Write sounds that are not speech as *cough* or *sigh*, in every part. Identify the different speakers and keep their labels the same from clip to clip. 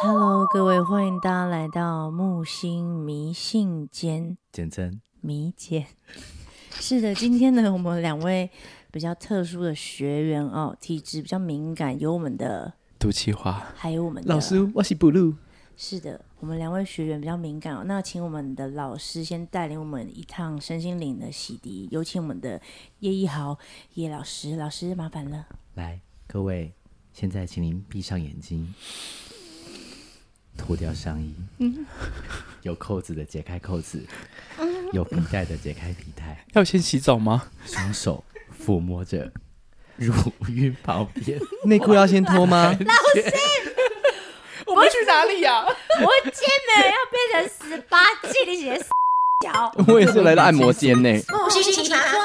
Speaker 1: Hello，各位，欢迎大家来到木星迷信间
Speaker 2: 简称
Speaker 1: 迷姐。是的，今天呢，我们两位比较特殊的学员哦，体质比较敏感，有我们的，
Speaker 2: 毒气花。
Speaker 1: 还有我们的
Speaker 2: 老师，我是布鲁。
Speaker 1: 是的，我们两位学员比较敏感哦。那请我们的老师先带领我们一趟身心灵的洗涤，有请我们的叶一豪叶老师，老师麻烦了。
Speaker 2: 来，各位，现在请您闭上眼睛，脱掉
Speaker 3: *laughs*
Speaker 2: 上衣，有扣子的解开扣子，有皮带的解开皮带，
Speaker 4: 要先洗澡吗？
Speaker 2: 双手抚摸着乳晕旁
Speaker 3: *laughs*
Speaker 2: 边，
Speaker 4: 内裤要先脱吗？
Speaker 1: 我们去哪里呀、我今天要变成十八禁，你写小。
Speaker 4: 我也是来到按摩间呢。
Speaker 5: 不是奇葩说，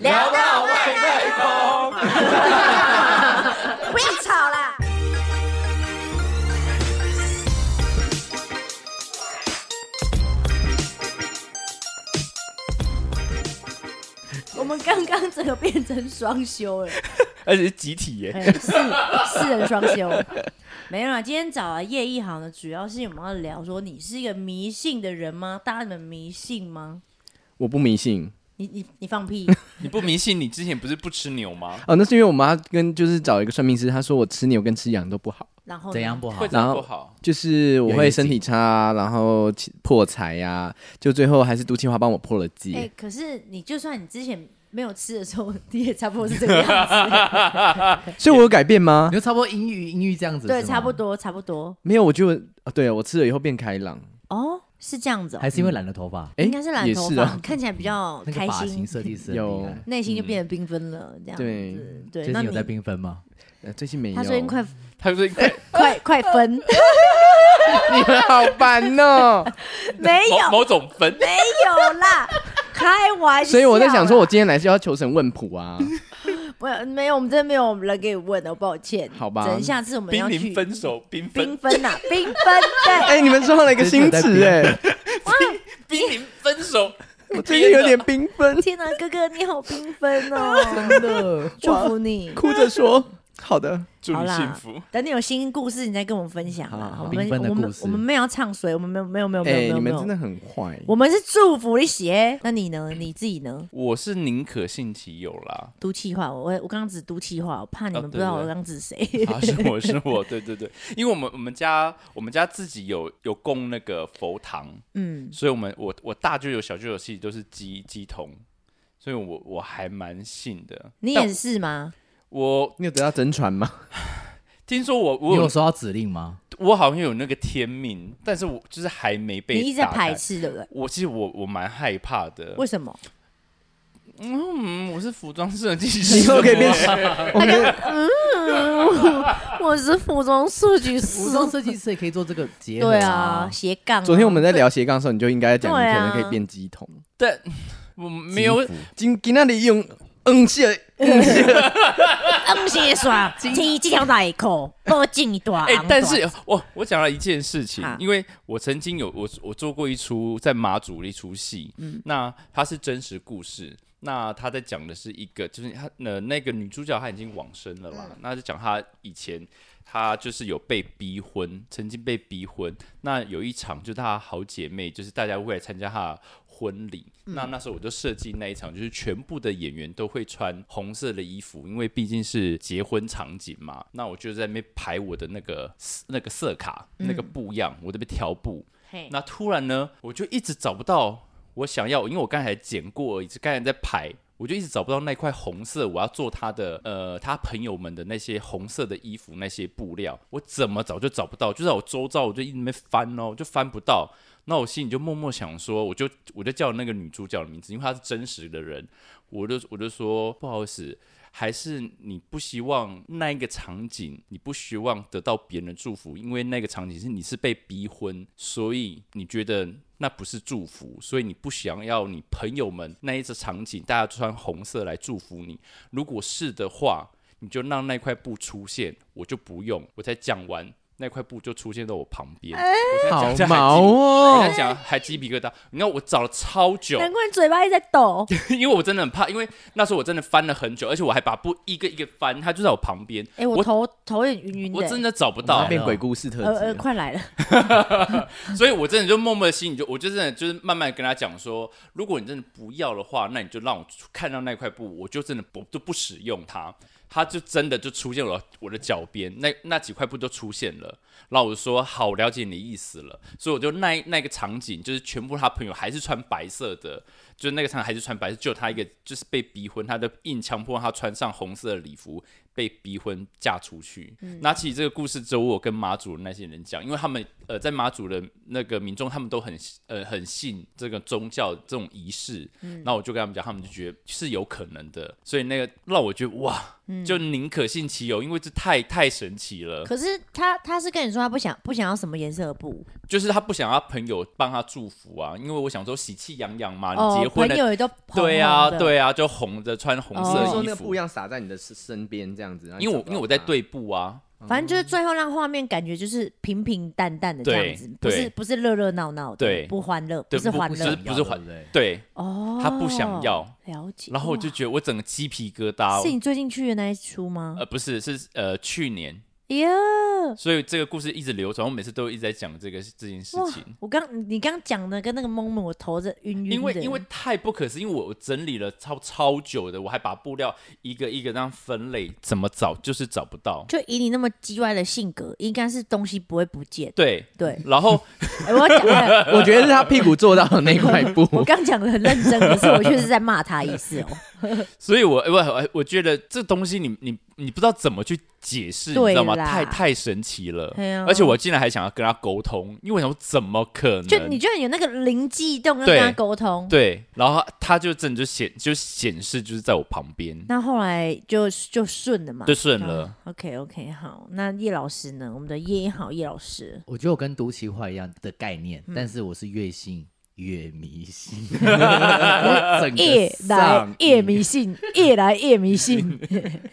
Speaker 5: 聊到外太空。不要吵啦！
Speaker 1: 我们刚刚这个变成双
Speaker 2: *laughs*
Speaker 1: 休了，
Speaker 4: 而且是集体耶。
Speaker 1: 哎四四人双休。没有啦，今天找来叶一航呢，主要是我们要聊说你是一个迷信的人吗？大家你们迷信吗？
Speaker 4: 我不迷信
Speaker 1: 你你你放屁！
Speaker 3: 你不迷信？你之前不是不吃牛吗？
Speaker 4: 哦，那是因为我妈跟就是找一个算命师，她说我吃牛跟吃羊都不好，
Speaker 1: 然后呢
Speaker 2: *laughs* 怎样？不好
Speaker 3: 会？怎
Speaker 4: 然
Speaker 3: 么
Speaker 4: 后
Speaker 3: 不好？
Speaker 4: 就是
Speaker 2: 有
Speaker 4: 我
Speaker 2: 业
Speaker 4: 会
Speaker 2: 绩
Speaker 4: 身体差啊，然后起破财呀、就最后还是杜庆华帮我破了
Speaker 1: 哎、
Speaker 4: 戒。
Speaker 1: 可是你就算你之前没有吃的时候， *laughs* 你也差不多是这个样子。
Speaker 4: 所以我有改变吗
Speaker 2: 你？就差不多阴郁阴郁这样子，
Speaker 1: 对，
Speaker 2: 是吗
Speaker 1: 差不。多，差不多。
Speaker 4: 没有，我就啊，对我吃了以后变开朗。
Speaker 1: 哦，是这样子哦
Speaker 2: 还，是因为染了头发，
Speaker 4: 哎
Speaker 1: 应该是染头
Speaker 4: 也是
Speaker 1: 发，
Speaker 4: 啊
Speaker 1: 看起来比较
Speaker 2: *laughs* 那
Speaker 1: 开
Speaker 2: 个发型
Speaker 1: 心，
Speaker 2: 设计师很厉
Speaker 4: 有
Speaker 2: 害。
Speaker 1: 内心就变得缤纷了，这样
Speaker 4: 对
Speaker 1: 子。对，
Speaker 2: 最
Speaker 1: 那
Speaker 2: 近有
Speaker 1: 你
Speaker 2: 在缤纷吗？
Speaker 4: 呃最近没有。
Speaker 1: 他最近快
Speaker 3: 他就是
Speaker 4: *laughs*
Speaker 3: 快
Speaker 4: 哎
Speaker 1: 快快分，
Speaker 4: 你们好烦
Speaker 1: *laughs*
Speaker 4: 哦。
Speaker 1: 没有
Speaker 3: 某某种分，
Speaker 1: 没有啦，开玩笑啦。啊
Speaker 4: 所以我在想说，我今天来是要求神问卜啊。
Speaker 1: 不没有，我们真的没有人给你问的，抱歉。
Speaker 4: 好吧
Speaker 1: 等下次我们
Speaker 3: 濒
Speaker 1: 要去
Speaker 3: 临分手，缤
Speaker 1: 缤
Speaker 3: 纷，
Speaker 1: 纷呐，缤纷对， *laughs*
Speaker 4: 哎，你们创了一个新词哎，
Speaker 3: 濒临分
Speaker 4: *laughs*
Speaker 3: 手。
Speaker 4: 我最近有点缤纷。
Speaker 1: 天哪，哥哥你好缤纷哦，
Speaker 2: 真的，
Speaker 1: 祝福你。
Speaker 4: 哭着说：“好的，
Speaker 3: 祝
Speaker 1: 好
Speaker 3: 你
Speaker 1: 啦
Speaker 3: 幸福。
Speaker 1: 等你有新故事，你再跟我们分享啦。
Speaker 4: 好
Speaker 1: 我
Speaker 2: 缤纷
Speaker 1: 们
Speaker 2: 的
Speaker 1: 我们
Speaker 2: 故事
Speaker 1: 我们没有要唱衰，我们没有没有没有没有没
Speaker 4: 哎你
Speaker 1: 有没
Speaker 4: 们真的
Speaker 1: 有，
Speaker 4: 很坏。
Speaker 1: 我们是祝福你写。那你呢？你自己呢？
Speaker 3: 我是宁可信其有啦，
Speaker 4: *laughs*
Speaker 1: 读气话，我我刚刚只读气话，我怕你们
Speaker 3: 哦
Speaker 1: 不知道
Speaker 3: 对
Speaker 1: 我
Speaker 3: 对
Speaker 1: 刚指
Speaker 4: *laughs*
Speaker 1: 谁。
Speaker 3: 啊，是我是我，对对对，因为我们我们家我们家自己有有供那个佛堂，
Speaker 1: 嗯，
Speaker 3: 所以我们我我大舅舅小舅舅其实都是鸡鸡童，所以我我还蛮信的。
Speaker 1: 你也是吗？
Speaker 3: 我
Speaker 4: 你有得到真传吗？
Speaker 3: 听说我
Speaker 2: 你
Speaker 3: 我
Speaker 2: 有
Speaker 3: 有
Speaker 2: 收到指令
Speaker 1: *laughs*
Speaker 2: 吗？
Speaker 3: 我好像有那个天命，但是我就是还没被
Speaker 1: 你一直在
Speaker 3: 打开
Speaker 1: 排斥，对不对？
Speaker 3: 我其实我我蛮害怕的
Speaker 1: 为。什么？ *laughs*
Speaker 3: 嗯，我是服装设计
Speaker 2: *laughs*
Speaker 3: 师，
Speaker 4: 以后可以变
Speaker 1: *laughs*
Speaker 4: 我们
Speaker 1: 我是服装设计师
Speaker 4: *laughs*
Speaker 2: 服装设计师也可以做这个结合
Speaker 1: 对啊，斜杠啊。
Speaker 4: 昨天我们在聊斜杠的时候，你就应该讲，
Speaker 1: 对
Speaker 4: 你可
Speaker 1: 啊
Speaker 4: 能可以变鸡桶。
Speaker 3: 但我没有
Speaker 2: 基辅
Speaker 4: 今今那里用嗯是
Speaker 1: 嗯先耍，天这条内
Speaker 4: *laughs*
Speaker 1: 裤，报警一段。
Speaker 3: 哎、但是我我讲了一件事情
Speaker 1: 啊，
Speaker 3: 因为我曾经有我我做过一出在马祖的一出戏，那它是真实故事，那他在讲的是一个就是他呃那个女主角她已经往生了嘛，那就讲她以前她就是有被逼婚，曾经被逼婚，那有一场就是她好姐妹就是大家会来参加她的婚礼，那那时候我就设计那一场，就是全部的演员都会穿红色的衣服，因为毕竟是结婚场景嘛。那我就在那边排我的那个那个色卡、那个布样，我这边调布。
Speaker 1: 嘿
Speaker 3: 那突然呢，我就一直找不到我想要，因为我刚才剪过而已，刚才在排，我就一直找不到那块红色，我要做他的呃他朋友们的那些红色的衣服那些布料，我怎么找就找不到，就在我周遭，我就一直在那边翻哦，就翻不到。那我心里就默默想说，我就我就叫那个女主角的名字，因为她是真实的人，我就我就说不好意思，还是你不希望那一个场景，你不希望得到别人的祝福，因为那个场景是你是被逼婚，所以你觉得那不是祝福，所以你不想要你朋友们那一次场景，大家穿红色来祝福你。如果是的话，你就让那块布出现，我就不用。我才讲完，那块布就出现在我旁边，我
Speaker 4: 哎好
Speaker 3: 现在讲
Speaker 4: 毛
Speaker 3: 我现
Speaker 4: 哦！
Speaker 3: 在讲还鸡皮疙瘩。你看我找了超久，
Speaker 1: 难怪你嘴巴一直在
Speaker 3: *laughs*
Speaker 1: 抖。
Speaker 3: 因为我真的很怕，因为那时候我真的翻了很久，而且我还把布一个一个翻，它就在我旁边。
Speaker 1: 哎，我
Speaker 3: 我
Speaker 1: 头头有点晕晕
Speaker 3: 我真
Speaker 1: 的，
Speaker 3: 的找不
Speaker 4: 我们
Speaker 3: 到
Speaker 4: 要，变鬼故事特
Speaker 1: 呃呃，
Speaker 4: 辑了，啊
Speaker 1: 快来了，
Speaker 3: 所以我真的就默默的心里就，我就真的就是慢慢跟他讲说，如果你真的不要的话，那你就让我看到那块布，我就真的不就不使用它，它就真的就出现了我的脚边，那那几块布都出现了，然后我就说好了解你的意思了，所以我就那那个场景就是全部他朋友还是穿白色的，就是那个场景还是穿白色，只有他一个就是被逼婚，他的硬强迫他穿上红色的礼服，被逼婚嫁出去。那其实这个故事只有我跟马祖的那些人讲，因为他们呃在马祖的那个民众，他们都很呃很信这个宗教这种仪式。那、我就跟他们讲，他们就觉得是有可能的，所以那个让我觉得哇，就宁可信其有，因为这太太神奇了。
Speaker 1: 可是他他是跟你说他不想不想要什么颜色的布，
Speaker 3: 就是他不想要朋友帮他祝福啊，因为我想说喜气洋洋嘛，啊你
Speaker 1: 哦
Speaker 3: 结，
Speaker 1: 朋
Speaker 3: 婚了。
Speaker 1: 友也都红
Speaker 3: 对啊，
Speaker 1: 红的，
Speaker 3: 对啊，就红着穿红色
Speaker 1: 哦
Speaker 3: 的
Speaker 1: 你
Speaker 3: 衣
Speaker 1: 是
Speaker 3: 服，
Speaker 4: 说那个布一样撒在你的身身边这样子，然后你
Speaker 3: 因为我
Speaker 4: 找不
Speaker 3: 因
Speaker 4: 到
Speaker 3: 为我在
Speaker 4: 它
Speaker 3: 对布啊，
Speaker 1: 反正就是最后让画面感觉就是平平淡淡的这样子，不
Speaker 3: 对
Speaker 1: 是
Speaker 3: 对
Speaker 1: 不是热热闹闹的，
Speaker 3: 对
Speaker 1: 不欢乐，
Speaker 3: 对
Speaker 1: 是
Speaker 3: 不
Speaker 1: 欢
Speaker 3: 不
Speaker 1: 乐，
Speaker 3: 是不是环
Speaker 2: 对对
Speaker 3: 对，
Speaker 1: 哦，
Speaker 3: 他不想要，
Speaker 1: 了解。
Speaker 3: 然后我就觉得我整个鸡皮疙瘩
Speaker 1: 哇是
Speaker 3: 哦，
Speaker 1: 你最近去的那一出吗哎
Speaker 3: 呃，？不是是呃去年，
Speaker 1: 耶、嗯
Speaker 3: 所以这个故事一直流传，我每次都一直在讲这个这件事
Speaker 1: 哇
Speaker 3: 情，！
Speaker 1: 我刚你刚讲的跟那个 moment，我头着晕晕的，
Speaker 3: 因为因为太不可思议，因为我整理了超超久的，我还把布料一个一个这样分类，怎么找就是找不到，
Speaker 1: 就以你那么叽歪的性格，应该是东西不会不见。
Speaker 3: 对， *laughs*
Speaker 1: 对，
Speaker 3: 然后
Speaker 1: 哎我讲的，，
Speaker 4: 我觉得是他屁股坐到的那块布
Speaker 1: 我刚讲的很认真，可是我确实在骂他一次哦。
Speaker 3: 所以我，哎我我我觉得这东西你，你你不知道怎么去解释，你
Speaker 1: 对
Speaker 3: 知道吗？
Speaker 1: 啦
Speaker 3: 太太神奇了
Speaker 1: 对啊。
Speaker 3: 而且我竟然还想要跟他沟通，因为我想说怎么可能？
Speaker 1: 就你居然有那个灵机一动要跟
Speaker 3: 嗯对
Speaker 1: 他沟通，
Speaker 3: 对，然后他就真的就显就显示就是在我旁边，
Speaker 1: 那后来就就顺了嘛，
Speaker 3: 就顺了。
Speaker 1: OK OK，好，那叶老师呢？我们的叶一好叶老师，
Speaker 2: 我觉得我跟读奇话一样的概念，但是我是越信越迷信，我整个
Speaker 1: 越来
Speaker 2: 上
Speaker 1: 越
Speaker 2: 瘾
Speaker 1: 迷信，越来越迷信。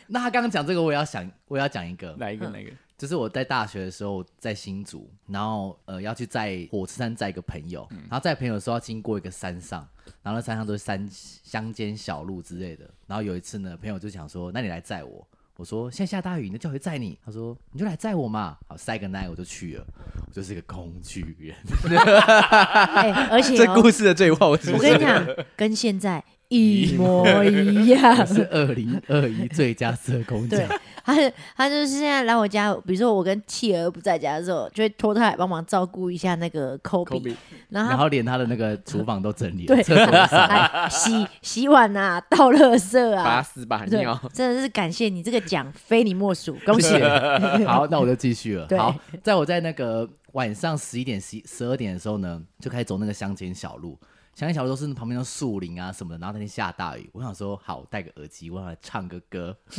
Speaker 2: 那他刚刚讲这个，我也要想，我也要讲一个，
Speaker 3: 哪一
Speaker 1: 嗯
Speaker 3: 个？哪一个？
Speaker 2: 就是我在大学的时候在新竹，然后呃要去载火车站载一个朋友，然后载朋友的时候要经过一个山上，然后那山上都是山乡间小路之类的。然后有一次呢，朋友就想说，那你来载我。我说现在下大雨，那叫谁载你？他说你就来载我嘛。好，塞个奶我就去了，我就是个工具
Speaker 1: *laughs*
Speaker 2: 人。
Speaker 1: 哎，而且
Speaker 4: 这
Speaker 1: 哦
Speaker 4: 故事的最后是
Speaker 1: 我
Speaker 4: 不
Speaker 1: 跟
Speaker 4: 是
Speaker 1: 你讲，跟现在一模一样
Speaker 2: 我。是二零二一最佳社工奖
Speaker 1: *laughs* 对。，啊他他就是现在来我家，比如说我跟企鹅不在家的时候，就会托他来帮忙照顾一下那个 Kobe，
Speaker 4: Kobe
Speaker 1: 然后
Speaker 2: 然
Speaker 1: 他
Speaker 2: 后连他的那个厨房都整理了，
Speaker 1: 对
Speaker 2: 厕所也扫了
Speaker 1: 来洗洗碗啊，倒垃圾
Speaker 4: 把
Speaker 1: 啊，
Speaker 4: 屎把
Speaker 1: 对
Speaker 4: 尿，，
Speaker 1: 真的是感谢你这个奖，非你莫属，恭喜！
Speaker 2: *laughs* 好，那我就继续了。
Speaker 1: 对
Speaker 2: 好，在我在那个晚上十一点、十十二点的时候呢，就开始走那个乡间小路。乡间小路都是旁边的树林啊什么的。然后那天下大雨，我想说，好，我戴个耳机，我想来唱个歌。
Speaker 4: *laughs*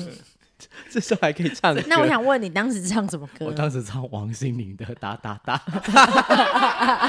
Speaker 4: 这时候还可以唱歌。
Speaker 1: 那我想问你，当时唱什么歌
Speaker 2: 我？当时唱王心凌的《哒哒哒》，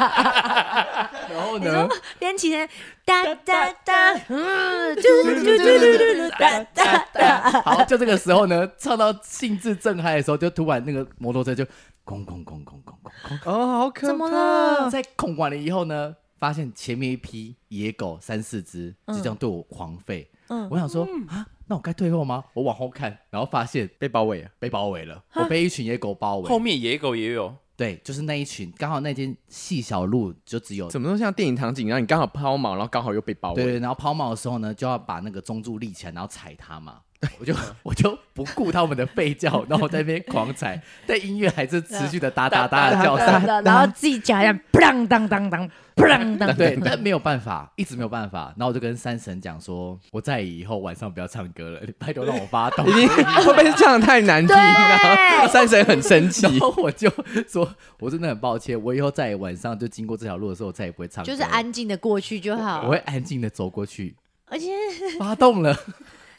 Speaker 1: *laughs*
Speaker 2: 然后呢，
Speaker 1: 连起来，哒哒哒，嗯，嘟嘟嘟嘟嘟哒哒哒，
Speaker 2: 好，就这个时候呢，唱到兴致正嗨的时候，就突然那个摩托车就空空空空空空空。
Speaker 4: 哦，好可怕！
Speaker 1: 怎么了？
Speaker 2: 在控完了以后呢，发现前面一批野狗三四只就这样对我狂吠，
Speaker 1: 嗯
Speaker 2: 我想说啊，那我该退后吗？我往后看，然后发现
Speaker 4: 被包围了，
Speaker 2: 被包围了，我被一群野狗包
Speaker 3: 后
Speaker 2: 围。
Speaker 3: 面野狗也有，
Speaker 2: 对，就是那一群，刚好那间细小路就只有
Speaker 4: 怎么都像电影场景，然后你刚好抛锚，然后刚好又被包
Speaker 2: 对
Speaker 4: 围。
Speaker 2: 对，然后抛锚的时候呢，就要把那个中柱立起来，然后踩它嘛。 *laughs* 我就我就不顾他们的吠 *laughs* 叫，然后我在那边狂踩，但音乐还是持续的哒哒哒的叫声。
Speaker 1: 然后自己讲一下，砰当当当，砰
Speaker 4: *laughs*
Speaker 1: 当。
Speaker 2: 对，但没有办法，一直没有办法。然后我就跟山神讲说，我在以后晚上不要唱歌了，你拜托让我发抖
Speaker 4: 已。经 *laughs* 会不会是唱的太难听啊了？三神很生气
Speaker 2: 然，后我就说，我真的很抱歉，我以后再也晚上就经过这条路的时候，我再也不会唱歌
Speaker 1: 就
Speaker 2: 了。
Speaker 1: 是安静的过去就
Speaker 2: 我
Speaker 1: 好
Speaker 2: 会。安静的走过
Speaker 1: *laughs*
Speaker 2: 去，
Speaker 1: 而且
Speaker 2: 发动了。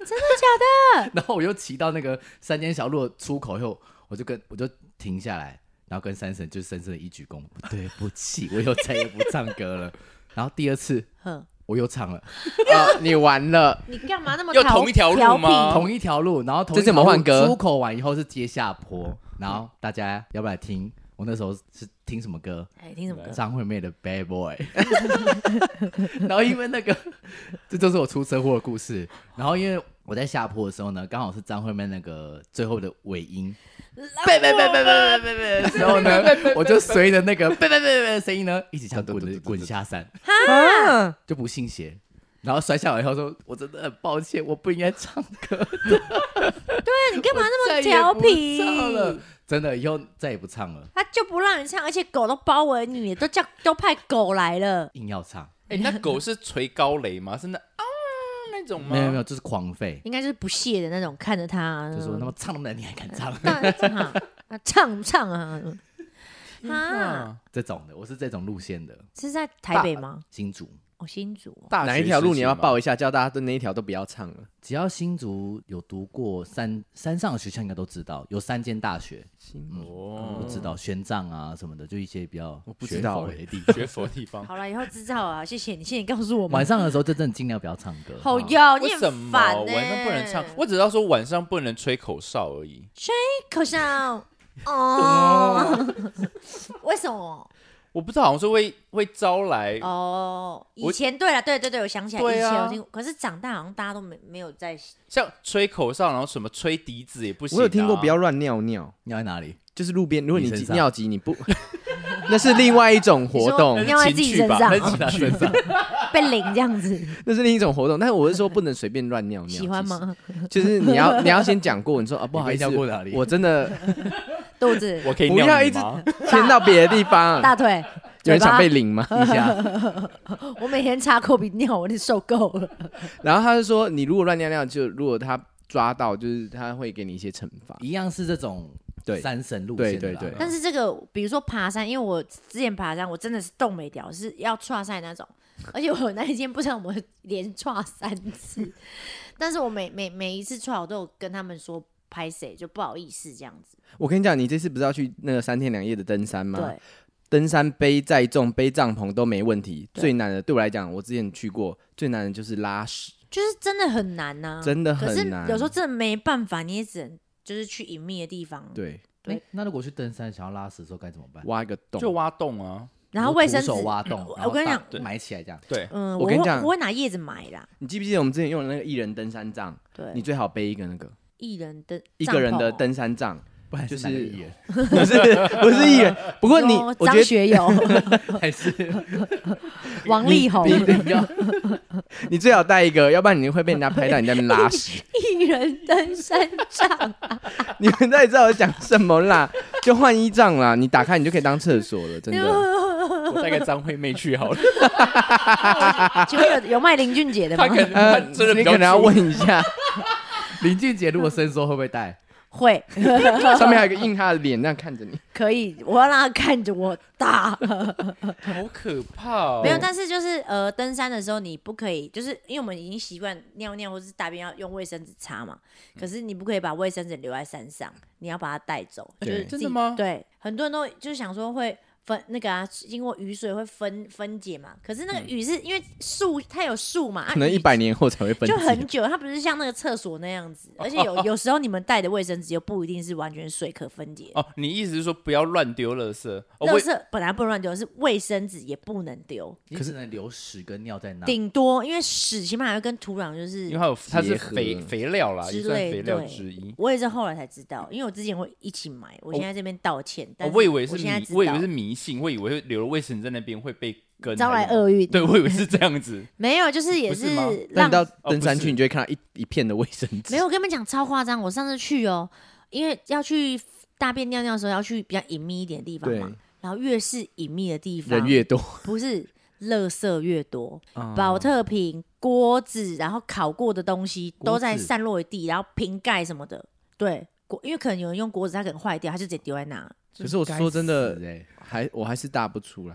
Speaker 1: 真的假的？
Speaker 2: *laughs* 然后我又骑到那个山间小路的出口以后，我就跟我就停下来，然后跟山 *laughs* 神就深深的一鞠躬，不对不起，我以后再也不唱歌了。然后第二次
Speaker 1: 哼，
Speaker 2: 我又唱了
Speaker 4: 啊，你完了，
Speaker 1: 你干嘛那么
Speaker 3: 又
Speaker 1: 调
Speaker 3: 同一条
Speaker 6: 调
Speaker 3: 路吗？
Speaker 2: 同一条路，然后同
Speaker 4: 这
Speaker 2: 一条
Speaker 4: 怎么
Speaker 2: 路
Speaker 4: 换歌
Speaker 2: 出口完以后是接下坡，然后大家要不要来听？我那时候是听什么歌？
Speaker 6: 哎，听什么歌？
Speaker 2: 张惠妹的《Bad Boy》，然后因为那个，这就是我出车祸的故事。然后因为我在下坡的时候呢，刚好是张惠妹那个最后的尾音，
Speaker 6: 贝贝贝贝贝，
Speaker 2: 然后呢，我就随着那个“贝贝贝贝”的声音呢，一起这样滚的滚下山，
Speaker 1: 啊
Speaker 4: 啊
Speaker 2: 就不信邪。然后摔下来以后说：“我真的很抱歉，我不应该唱歌，
Speaker 1: 对你干嘛那么
Speaker 2: 再也
Speaker 1: 调
Speaker 2: 不
Speaker 1: 皮？
Speaker 2: 唱了，真的以后再也不唱了，
Speaker 1: 他就不让你唱，而且狗都包围你，都叫都派狗来了。
Speaker 2: 硬要唱。
Speaker 3: 哎、那狗是垂高雷吗？是那啊那
Speaker 4: 嗯
Speaker 3: 种吗？
Speaker 2: 没有没有，就是狂吠，
Speaker 1: 应该就是不屑的那种，看着他，啊
Speaker 2: 就说那么唱那么难，你还敢唱？
Speaker 1: *laughs* 但啊啊唱唱啊啊，
Speaker 3: 啊，
Speaker 2: 这种的，我是这种路线的
Speaker 1: 是在台北吗？
Speaker 2: 新竹。
Speaker 1: 哦，新竹哦，
Speaker 3: 大
Speaker 4: 哪
Speaker 3: 学
Speaker 4: 一条路
Speaker 3: 时期
Speaker 4: 你要
Speaker 3: 吗
Speaker 4: 报一下，叫大家都那一条都不要唱了。
Speaker 2: 只要新竹有读过山山上的学校，应该都知道有三间大学，嗯
Speaker 3: 哦，
Speaker 2: 都知道玄奘啊什么的，就一些比较
Speaker 4: 我不知道欸
Speaker 2: 学佛的
Speaker 3: 学佛
Speaker 2: 地方。
Speaker 4: *laughs*
Speaker 3: 地方。
Speaker 1: 好了，以后知道啊，谢谢你，谢谢你告诉我
Speaker 2: 晚
Speaker 1: 们。
Speaker 2: 上的时候，就真的尽量不要唱歌。
Speaker 1: *laughs* 好哟，你
Speaker 3: 为什
Speaker 1: 很
Speaker 3: 么
Speaker 1: 烦欸呢？
Speaker 3: 晚上不能唱？我只知道说晚上不能吹口哨而已。
Speaker 1: 口
Speaker 3: *laughs*
Speaker 1: 哨啊哦，为什么？
Speaker 3: 我不知道，好像是会会招来。
Speaker 1: 哦，以
Speaker 3: 我
Speaker 1: 前对了，对对对，我想起来，以
Speaker 3: 对啊
Speaker 1: 前有听过，可是长大好像大家都没没有在
Speaker 3: 像吹口哨，然后什么吹笛子也不行、啊。
Speaker 4: 我有听过不要乱尿尿，
Speaker 2: 尿在哪里？
Speaker 4: 就是路边，如果你
Speaker 2: 你身
Speaker 4: 急
Speaker 2: 上
Speaker 4: 尿急你不， *laughs* 那是另外一种活
Speaker 1: *laughs*
Speaker 4: 动
Speaker 1: 你说，尿在自己身上
Speaker 3: 那是情趣吧那是情趣
Speaker 1: 被淋这样子，
Speaker 4: 那是另一种活动。但是我是说不能随便乱尿尿，
Speaker 1: 喜欢吗？
Speaker 4: 就是？就是你要你要先讲过，你说
Speaker 2: *laughs*
Speaker 4: 啊不好意思
Speaker 2: 你被尿过哪，里
Speaker 4: 我真的
Speaker 1: 肚子、
Speaker 3: 我可以
Speaker 4: 不
Speaker 3: 尿
Speaker 4: 要
Speaker 3: 你
Speaker 4: 一直
Speaker 3: 吗？
Speaker 4: *laughs* 牵到别的地方。
Speaker 1: 大腿、
Speaker 4: 有
Speaker 1: 嘴
Speaker 4: 人想
Speaker 1: 巴
Speaker 4: 被。领吗？
Speaker 2: 一下
Speaker 1: 我每天擦抠鼻尿，我都受够了。
Speaker 4: 然后他就说，你如果乱尿尿，就如果他抓到，就是他会给你一些惩罚。
Speaker 2: 一样是这种
Speaker 4: 对
Speaker 2: 三神路线的啦
Speaker 4: 对对对
Speaker 1: 但是这个，比如说爬山，因为我之前爬山，我真的是冻没掉，是要踹晒那种。而且我那一天不知道我连踹三次，但是我每每每一次踹，我都有跟他们说拍谁，就不好意思这样子。
Speaker 4: 我跟你讲，你这次不是要去那个三天两夜的登山吗？
Speaker 1: 对，
Speaker 4: 登山背载重、背帐篷都没问题。
Speaker 1: 对
Speaker 4: 最难的对我来讲，我之前去过，最难的就是拉屎，
Speaker 1: 就是真的很难呐、
Speaker 4: 真的
Speaker 1: 可是
Speaker 4: 很难。
Speaker 1: 有时候真的没办法，你也只能就是去隐秘的地方。，
Speaker 4: 对，
Speaker 1: 对
Speaker 2: 诶那如果去登山想要拉屎的时候该怎么办？
Speaker 4: 挖一个洞，
Speaker 3: 就挖洞
Speaker 4: *laughs*
Speaker 3: 啊！
Speaker 1: 然后卫生纸
Speaker 2: 徒手挖洞，
Speaker 1: 我
Speaker 2: 然后
Speaker 1: 我跟你
Speaker 2: 把
Speaker 1: 讲
Speaker 3: 对
Speaker 2: 埋起来这样。
Speaker 3: 对，
Speaker 1: 嗯，
Speaker 4: 我
Speaker 1: 我
Speaker 4: 跟你
Speaker 1: 会
Speaker 4: 讲
Speaker 1: 我会拿叶子埋啦。
Speaker 4: 你记不记得我们之前用的那个一人登山杖？你
Speaker 1: 对，
Speaker 4: 最好背一个那个
Speaker 1: 一人的
Speaker 4: 一个人的
Speaker 1: 嗯帐篷哦
Speaker 4: 登山杖，
Speaker 2: *laughs* 不然
Speaker 4: 就是
Speaker 2: 哪个艺人
Speaker 4: *laughs* 不是不是一人。不过你，
Speaker 1: 哦
Speaker 4: 我
Speaker 1: 张
Speaker 4: 觉得
Speaker 1: 学
Speaker 4: *laughs*
Speaker 1: 友、
Speaker 2: 还是
Speaker 1: 王力宏
Speaker 2: 一定 *laughs* 要
Speaker 4: 你最好带一个，要不然你会被人家拍到你在那边拉屎。
Speaker 1: 一人登山 *laughs* 杖，
Speaker 4: 你们到底知道我在讲什么啦？就换衣杖啦，你打开你就可以当厕所了，真的。
Speaker 1: *laughs*
Speaker 3: 我带个张惠妹去好了。
Speaker 1: 结果有有卖林俊杰的
Speaker 3: 她
Speaker 1: 吗
Speaker 3: 可？
Speaker 4: *laughs*
Speaker 3: 能她
Speaker 2: *laughs*
Speaker 4: 呃，
Speaker 3: 真的比
Speaker 4: 你
Speaker 3: 较
Speaker 4: 可能要
Speaker 3: 出
Speaker 4: 问一下，
Speaker 2: 林俊杰如果伸缩会不会 *laughs* 带？
Speaker 1: 会，
Speaker 4: 上面还有一个印他的脸，那样看着你。
Speaker 1: 可以，我要让他看着我打。
Speaker 4: 哦
Speaker 3: 好可怕哦！
Speaker 1: 没有，但是就是呃，登山的时候你不可以，就是因为我们已经习惯尿尿或是大便要用卫生纸擦嘛，
Speaker 4: 嗯
Speaker 1: 可是你不可以把卫生纸留在山上，你要把它带走。就
Speaker 4: 对
Speaker 1: 是自己
Speaker 3: 真的吗
Speaker 1: 对，很多人都就是想说会。分那个啊，经过雨水会分分解嘛？可是那个雨是、因为树，它有树嘛，啊
Speaker 4: *laughs* 嗯可能
Speaker 1: 雨
Speaker 4: 一百年后才会分
Speaker 1: 就
Speaker 4: 解
Speaker 1: 很。久，它不是像那个厕所那样子，而且
Speaker 3: *laughs*
Speaker 1: 有有时候你们带的卫生纸又不一定是完全水可分解。
Speaker 3: 哦，你意思是说不要乱丢垃圾？哦，
Speaker 1: 垃
Speaker 3: 我
Speaker 1: 圾本来不能乱丢，是卫生纸也不能丢，
Speaker 2: 可是能留屎跟尿在那。
Speaker 1: 顶多因为屎起码还会跟土壤就
Speaker 3: 因
Speaker 1: 是
Speaker 3: 为它有它是
Speaker 4: 结合
Speaker 3: 肥肥料啦，也
Speaker 1: 之
Speaker 3: 算肥
Speaker 1: 类
Speaker 3: 料
Speaker 1: 对
Speaker 3: 之一。
Speaker 1: 我也是后来才知道，因为我之前会一起买，我现在这边道歉，但
Speaker 3: 哦，
Speaker 1: 是
Speaker 3: 我以为是
Speaker 1: 我现在
Speaker 3: 迷，
Speaker 1: 知
Speaker 3: 我以为
Speaker 1: 道
Speaker 3: 是迷信，我以为会留了卫生纸在那边会被跟
Speaker 1: 招来厄运，。
Speaker 3: 对，我以为是这样子 *laughs*
Speaker 1: 没有，就是也
Speaker 3: 不是吗
Speaker 4: 那
Speaker 1: 让
Speaker 4: 你到
Speaker 3: 哦
Speaker 4: 登山
Speaker 3: 不
Speaker 4: 区，
Speaker 3: 是
Speaker 4: 你就会看到一一片的卫生纸
Speaker 1: 没。有，我跟你们讲超夸张。我上次去哦，因为要去大便尿尿的时候要去比较隐秘一点的地方嘛
Speaker 4: 对，
Speaker 1: 然后越是隐秘的地方，
Speaker 4: 人越多，
Speaker 1: 不是垃圾越多，保特瓶、锅子，然后烤过的东西
Speaker 2: 锅
Speaker 1: 都在
Speaker 2: 子
Speaker 1: 散落一地，然后瓶盖什么的，对，锅因为可能有人用锅子，它可能坏掉，它就直接丢在那。
Speaker 4: 可是我说真的，
Speaker 2: 哎，
Speaker 4: 还我还是大不出来。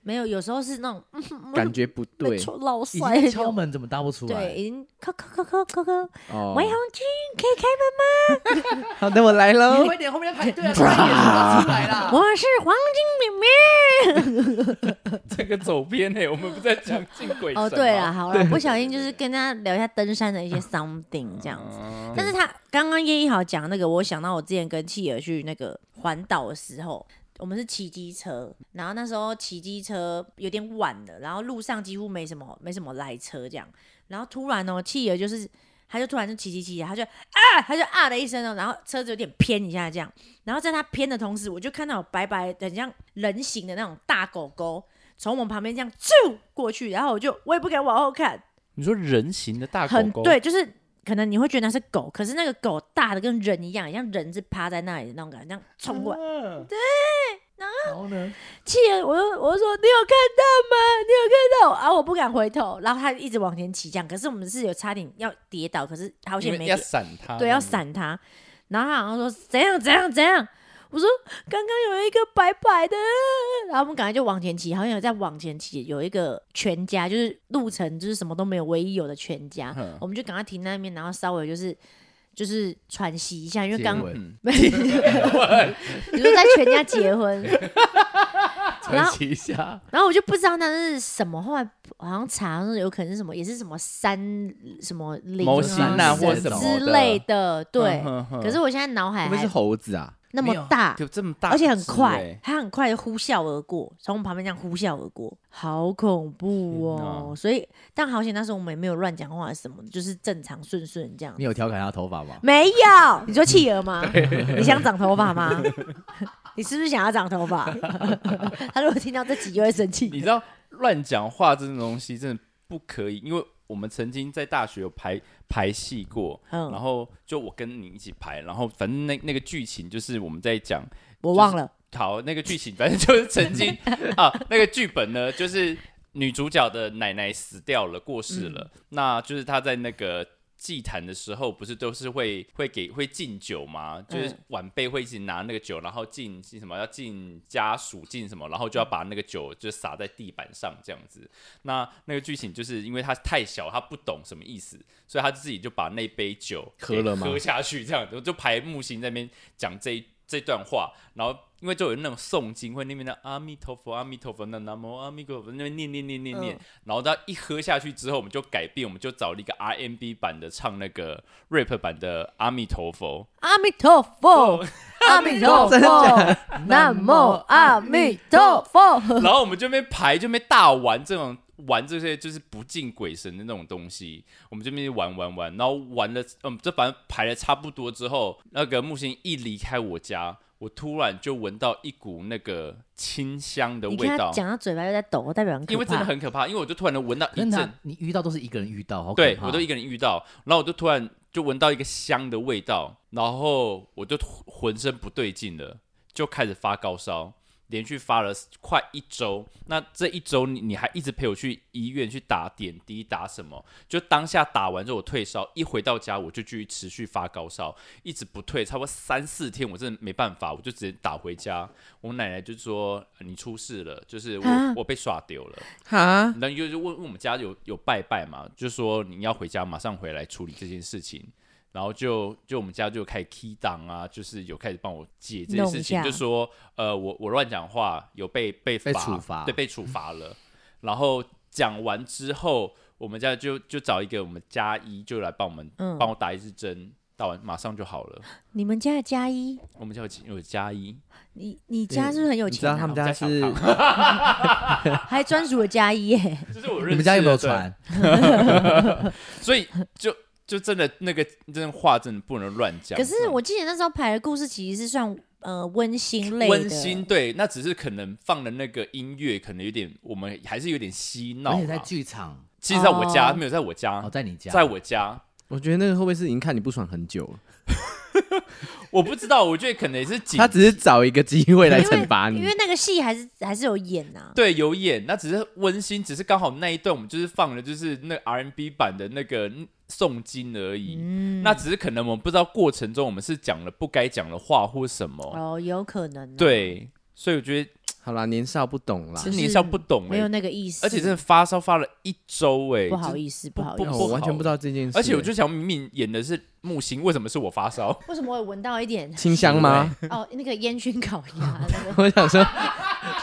Speaker 1: 没有，有时候是那种嗯
Speaker 4: 感觉不对
Speaker 1: 被戳老
Speaker 2: 已
Speaker 1: 衰
Speaker 2: 经
Speaker 1: 的
Speaker 2: 敲
Speaker 1: 那种，
Speaker 2: 门怎么搭不出
Speaker 1: 对，
Speaker 2: 来？
Speaker 1: 已经扣扣扣扣扣扣，
Speaker 4: 哦
Speaker 1: 韦。红君可以开门吗？
Speaker 4: 好的，我来喽。
Speaker 2: 快点，后面排队啊，快点搭出来啦！
Speaker 1: *laughs* 我是黄金妹妹。
Speaker 3: 这个走偏呢、我们不在讲进鬼神
Speaker 1: 哦，
Speaker 3: 吗
Speaker 1: 对
Speaker 3: *laughs*
Speaker 1: 了，，好了，不小心就是跟大家聊一下登山的一些 something 这样子。
Speaker 3: 嗯
Speaker 1: 但是他刚刚叶一豪讲那个，我想到我之前跟契儿去那个环岛的时候，我们是骑机车，然后那时候骑机车哎有点晚了，然后路上几乎没什么没什么来车这样，然后突然哦，契儿就是。他就突然就骑骑骑，他就啊，他就啊的一声哦，然后车子有点偏一下这样，然后在他偏的同时，我就看到有白白的很像人形的那种大狗狗，从我们旁边这样啾过去，然后我就我也不敢往后看，
Speaker 3: 你说人形的大狗
Speaker 1: 很
Speaker 3: 狗，
Speaker 1: 对，就是可能你会觉得那是狗，可是那个狗大的跟人一样，像人是趴在那里的那种感觉，这样冲过来。
Speaker 3: 啊
Speaker 2: 对，然后呢？
Speaker 1: 气人！我就我就说你有看到吗？你有看到？啊，我不敢回头，然后他一直往前骑，这样。可是我们是有差点要跌倒，可是好
Speaker 3: 因
Speaker 1: 险
Speaker 3: 为
Speaker 1: 没
Speaker 3: 要
Speaker 1: 跌
Speaker 3: 闪它，
Speaker 1: 对，要。闪他。然后他好像说怎样怎样怎样，我说刚刚有一个白白的，然后我们赶快就往前骑，好像有在往前骑，有一个全家，就是路程就是什么都没有，唯一有的全家
Speaker 3: 嗯，
Speaker 1: 我们就赶快停在那边，然后稍微就是。就是喘息一下，因为
Speaker 2: 接
Speaker 1: 刚 *laughs*
Speaker 2: 吻
Speaker 1: 你说在全家结婚，然后
Speaker 2: 一下，
Speaker 1: 然后我就不知道那是什么，后来好像查是有可能是什么，也是什么山什么林
Speaker 3: 模
Speaker 2: 型啊
Speaker 1: 啊
Speaker 2: 或什么
Speaker 3: 的嗯
Speaker 1: 之类的，对。
Speaker 3: 哼哼
Speaker 1: 可是我现在脑海
Speaker 4: 会不会
Speaker 1: 还
Speaker 4: 是猴子啊？
Speaker 1: *laughs* 那
Speaker 2: 没有
Speaker 1: 么大，
Speaker 3: 就这么大，欸
Speaker 1: 而且很快，，它很快就呼啸而过，从我们旁边这样呼啸而过，好恐怖
Speaker 3: 天
Speaker 1: 哦！
Speaker 3: 哪
Speaker 1: 所以，但好险那时候我们也没有乱讲话什么的，就是正常顺顺这样
Speaker 2: 你。有调侃他头发吗？
Speaker 1: 没有，你说企鹅吗？你想长头发吗？ *laughs* 你是不是想要长头发？ *laughs* 他如果听到这集就会生
Speaker 3: 你
Speaker 1: 气。
Speaker 3: 知道乱讲话这种东西真的不可以，因为我们曾经在大学有排排戏过，
Speaker 1: 嗯
Speaker 3: 然后就我跟你一起排，然后反正那那个剧情就是我们在讲。
Speaker 1: 我忘了，
Speaker 3: 好，那个剧情反正就是曾经啊，那个剧本呢，就是女主角的奶奶死掉了，过世了，那就是她在那个。祭坛的时候，不是都是会会给会敬酒吗？就是
Speaker 1: 嗯
Speaker 3: 晚辈会一起拿那个酒，然后敬敬什么要敬家属敬什么，然后就要把那个酒就洒在地板上这样子。那那个剧情就是因为他太小，他不懂什么意思，所以他自己就把那杯酒
Speaker 4: 喝了吗
Speaker 3: 给喝下去这样子，就排木星在那边讲这一这段话，然后因为就有那种诵经会那边的阿弥陀佛阿弥陀佛那南无阿弥陀佛那边念念念念念，
Speaker 1: 嗯
Speaker 3: 然后他一喝下去之后，我们就改变，我们就找了一个 RMB 版的唱那个 rap 版的阿弥陀佛，
Speaker 1: 阿弥陀佛，
Speaker 3: 哦
Speaker 1: *laughs* 阿弥陀佛，南无阿弥陀佛。 *laughs*
Speaker 3: 然后我们就边排就边大玩这种玩这些就是不敬鬼神的那种东西，我们这边玩玩玩，然后玩了，嗯，这反正排了差不多之后，那个木星一离开我家，我突然就闻到一股那个清香的
Speaker 1: 你
Speaker 3: 味
Speaker 1: 看他
Speaker 3: 道，
Speaker 1: 讲到嘴巴又在抖，代表很可怕。
Speaker 3: 因为真的很可怕，因为我就突然能闻到一
Speaker 2: 跟他
Speaker 3: 阵，
Speaker 2: 你遇到都是一个人遇到，好可
Speaker 3: 对
Speaker 2: 怕哦
Speaker 3: 我都一个人遇到，然后我就突然就闻到一个香的味道，然后我就突浑身不对劲了，就开始发高烧。连续发了快一周，那这一周你你还一直陪我去医院去打点滴打什么？就当下打完之后我退烧，一回到家我就继续持续发高烧，一直不退，差不多三四天我真的没办法，我就直接打回家。我奶奶就说呃你出事了，就是我
Speaker 1: 啊
Speaker 3: 我被耍丢了。
Speaker 4: 哈，
Speaker 3: 然后就就问问我们家有有拜拜嘛，就说你要回家马上回来处理这件事情，然后就就我们家就开 key 档啊，就是有开始帮我解这件事情，
Speaker 1: 弄一下
Speaker 3: 就说呃我我乱讲话有被被
Speaker 2: 被
Speaker 3: 罚
Speaker 2: 处罚
Speaker 3: 对被处罚了，然后讲完之后，我们家就就找一个我们家医就来帮我们、
Speaker 1: 嗯
Speaker 3: 帮我打一支针，打完马上就好了。
Speaker 1: 你们家的加一，
Speaker 3: 我们家有有家
Speaker 2: *laughs*
Speaker 3: 医，
Speaker 1: 你你家是不是很有
Speaker 4: 你知
Speaker 1: 钱、
Speaker 4: 道
Speaker 1: 啊？
Speaker 4: 他
Speaker 3: 我
Speaker 4: 们家
Speaker 3: 们家
Speaker 4: 是
Speaker 3: 小
Speaker 1: 还专属的加一
Speaker 3: *laughs*
Speaker 1: 耶，
Speaker 3: 就是我认识
Speaker 2: 你们家有没有
Speaker 3: 的对
Speaker 2: 船？
Speaker 3: 所以就就真的那个真的话真的不能乱讲。
Speaker 1: 可是我记得那时候排的故事其实是算呃温馨类的，
Speaker 3: 温馨，对，那只是可能放的那个音乐可能有点，我们还是有点嬉闹啦。
Speaker 2: 而且在剧场，
Speaker 3: 其实在我家、
Speaker 1: 哦
Speaker 3: 没有在我家，
Speaker 2: 哦，在你家，
Speaker 3: 啊在我家，
Speaker 4: *laughs* 我觉得那个会不会是已经看你不爽很久了？
Speaker 3: 我不知道，我觉得可能也是紧
Speaker 4: 他只是找一个机会来
Speaker 1: 因为
Speaker 4: 惩罚你
Speaker 1: 因。为那个戏还是还是有演啊呐、
Speaker 3: 对有演，那只是温馨，只是刚好那一段我们就是放的就是那 R N B 版的那个诵经而已。
Speaker 1: 嗯
Speaker 3: 那只是可能我们不知道过程中我们是讲了不该讲的话或什么，
Speaker 1: 哦哦，有可能、啊。，
Speaker 3: 对，所以我觉得
Speaker 4: 好啦，年少不懂啦
Speaker 3: 其，实
Speaker 1: 是
Speaker 3: 年少不懂
Speaker 1: 没
Speaker 3: 哎、
Speaker 1: 有那个意思，
Speaker 3: 而且真的发烧发了一周哎、
Speaker 1: 不好
Speaker 3: 思。
Speaker 1: 意思，不好意
Speaker 3: 不
Speaker 4: 哦
Speaker 3: 好
Speaker 4: 我
Speaker 1: 思。
Speaker 4: 完全不知道这件事。欸
Speaker 3: 而且我就想，明明演的是木星，为什么是我发烧？
Speaker 1: 为什么我闻到一点
Speaker 4: 清香吗？
Speaker 1: *laughs* 哦？那个烟熏烤
Speaker 3: *laughs*
Speaker 1: 鸭，那个
Speaker 4: 我想说，